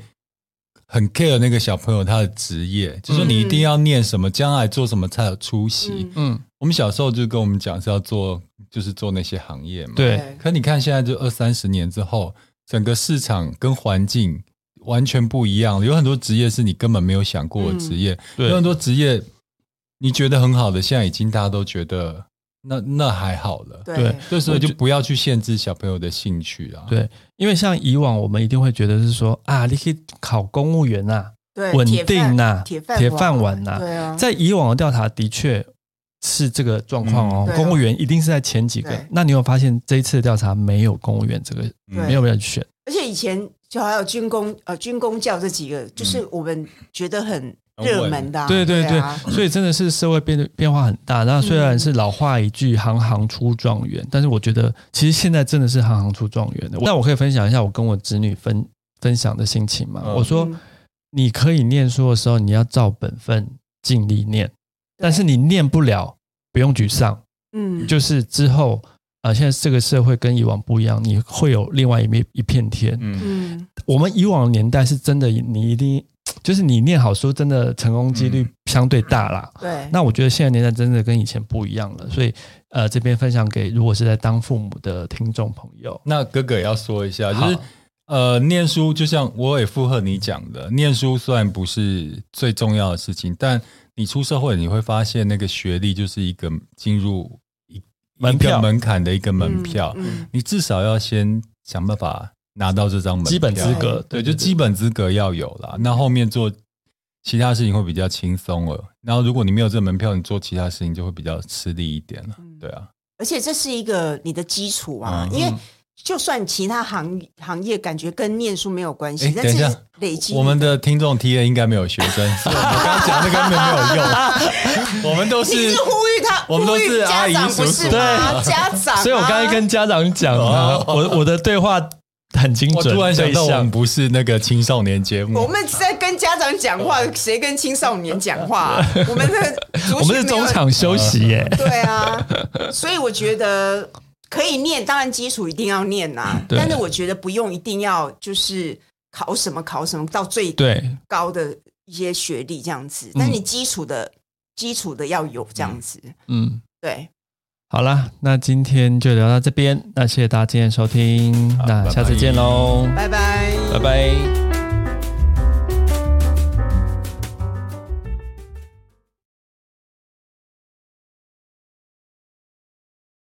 Speaker 3: 很 care 那个小朋友他的职业，就说你一定要念什么，将来做什么才有出息。
Speaker 2: 嗯
Speaker 1: 嗯，
Speaker 3: 我们小时候就跟我们讲是要做，就是做那些行业嘛。。
Speaker 1: 对，
Speaker 3: 可你看现在就二三十年之后，整个市场跟环境完全不一样了，有很多职业是你根本没有想过的职业，
Speaker 1: 对
Speaker 3: 有很多职业你觉得很好的，现在已经大家都觉得那那还好了。
Speaker 2: 对
Speaker 1: 对
Speaker 3: 这时候就不要去限制小朋友的兴趣啊。
Speaker 1: 对，因为像以往我们一定会觉得是说啊，你可以考公务员啊，
Speaker 2: 对，
Speaker 1: 稳
Speaker 2: 铁饭
Speaker 1: 定呐
Speaker 2: 铁饭
Speaker 1: 铁饭碗呐
Speaker 2: 对啊，
Speaker 1: 在以往的调查的确是这个状况哦
Speaker 2: 嗯，对啊
Speaker 1: 公务员一定是在前几个
Speaker 2: 对。
Speaker 1: 那你有发现这一次的调查没有公务员这个
Speaker 2: 对
Speaker 1: 没有人选？
Speaker 2: 而且以前就还有军工呃军工教这几个，就是我们觉得很热门的啊、
Speaker 1: 嗯对对对
Speaker 2: 啊，
Speaker 1: 所以真的是社会变得变化很大。那虽然是老话一句“行行出状元”，但是我觉得其实现在真的是行行出状元的。那我可以分享一下我跟我侄女分分享的心情吗？
Speaker 3: 嗯
Speaker 1: 我说
Speaker 2: 嗯
Speaker 1: 你可以念书的时候，你要照本分尽力念，但是你念不了，不用沮丧，
Speaker 2: 嗯，
Speaker 1: 就是之后。啊、现在这个社会跟以往不一样，你会有另外一面一片天。
Speaker 3: 嗯
Speaker 2: 嗯
Speaker 1: 我们以往的年代是真的，你一定就是你念好书，真的成功几率
Speaker 3: 嗯
Speaker 1: 相对大啦。
Speaker 2: 对，
Speaker 1: 那我觉得现在年代真的跟以前不一样了，所以呃，这边分享给如果是在当父母的听众朋友，
Speaker 3: 那哥哥也要说一下，就是
Speaker 1: 好
Speaker 3: 呃，念书就像我也附和你讲的，念书虽然不是最重要的事情，但你出社会你会发现，那个学历就是一个进入一
Speaker 1: 门
Speaker 3: 一
Speaker 1: 票
Speaker 3: 个门槛的一个门票，
Speaker 2: 嗯
Speaker 3: 你至少要先想办法拿到这张门票
Speaker 1: 基本资格，
Speaker 3: 对，就基本资格要有啦。那后面做其他事情会比较轻松了。然后如果你没有这门票，你做其他事情就会比较吃力一点了。对啊，
Speaker 2: 而且这是一个你的基础啊，
Speaker 3: 嗯
Speaker 2: 因为就算其他行行业感觉跟念书没有关系
Speaker 3: 哎，
Speaker 2: 但
Speaker 3: 等一下
Speaker 2: 是累积
Speaker 3: 我们的听众 T A 应该没有学生，所以我刚刚讲那个没有用，我们都
Speaker 2: 你
Speaker 3: 是
Speaker 2: 是呼吁他，
Speaker 3: 我们都
Speaker 2: 呼
Speaker 3: 是
Speaker 2: 吁
Speaker 3: 阿
Speaker 2: 家
Speaker 3: 姨
Speaker 2: 长
Speaker 3: 叔
Speaker 2: 不
Speaker 3: 叔
Speaker 2: 是，吗？ <laughs> 家长啊，
Speaker 1: 所以我刚才跟家长讲啊
Speaker 3: 哦，
Speaker 1: 我我的对话很精
Speaker 3: 我
Speaker 1: 准，
Speaker 3: 突然想到，
Speaker 1: 对
Speaker 3: 我
Speaker 1: 象
Speaker 3: 们不是那个青少年节
Speaker 1: 嗯
Speaker 3: 目，
Speaker 2: 我们在跟家长讲话，谁跟青少年讲话
Speaker 1: <laughs>
Speaker 2: 啊？我们的
Speaker 1: 哦
Speaker 2: 族群
Speaker 1: 我们是
Speaker 2: 没有
Speaker 1: 中场休息耶、
Speaker 3: 嗯
Speaker 2: 对啊，所以我觉得可以念，当然基础一定要念呐、
Speaker 1: 嗯对
Speaker 2: 但是我觉得不用一定要就是考什么考什么到最
Speaker 1: 对，
Speaker 2: 高的一些学历这样子，但你基础的、基础的要有这样子，
Speaker 1: 嗯，
Speaker 2: 对，
Speaker 1: 好啦，那今天就聊到这边，那谢谢大家今天的收听，
Speaker 3: 好
Speaker 1: 那下次见喽，
Speaker 2: 拜拜。
Speaker 1: 拜拜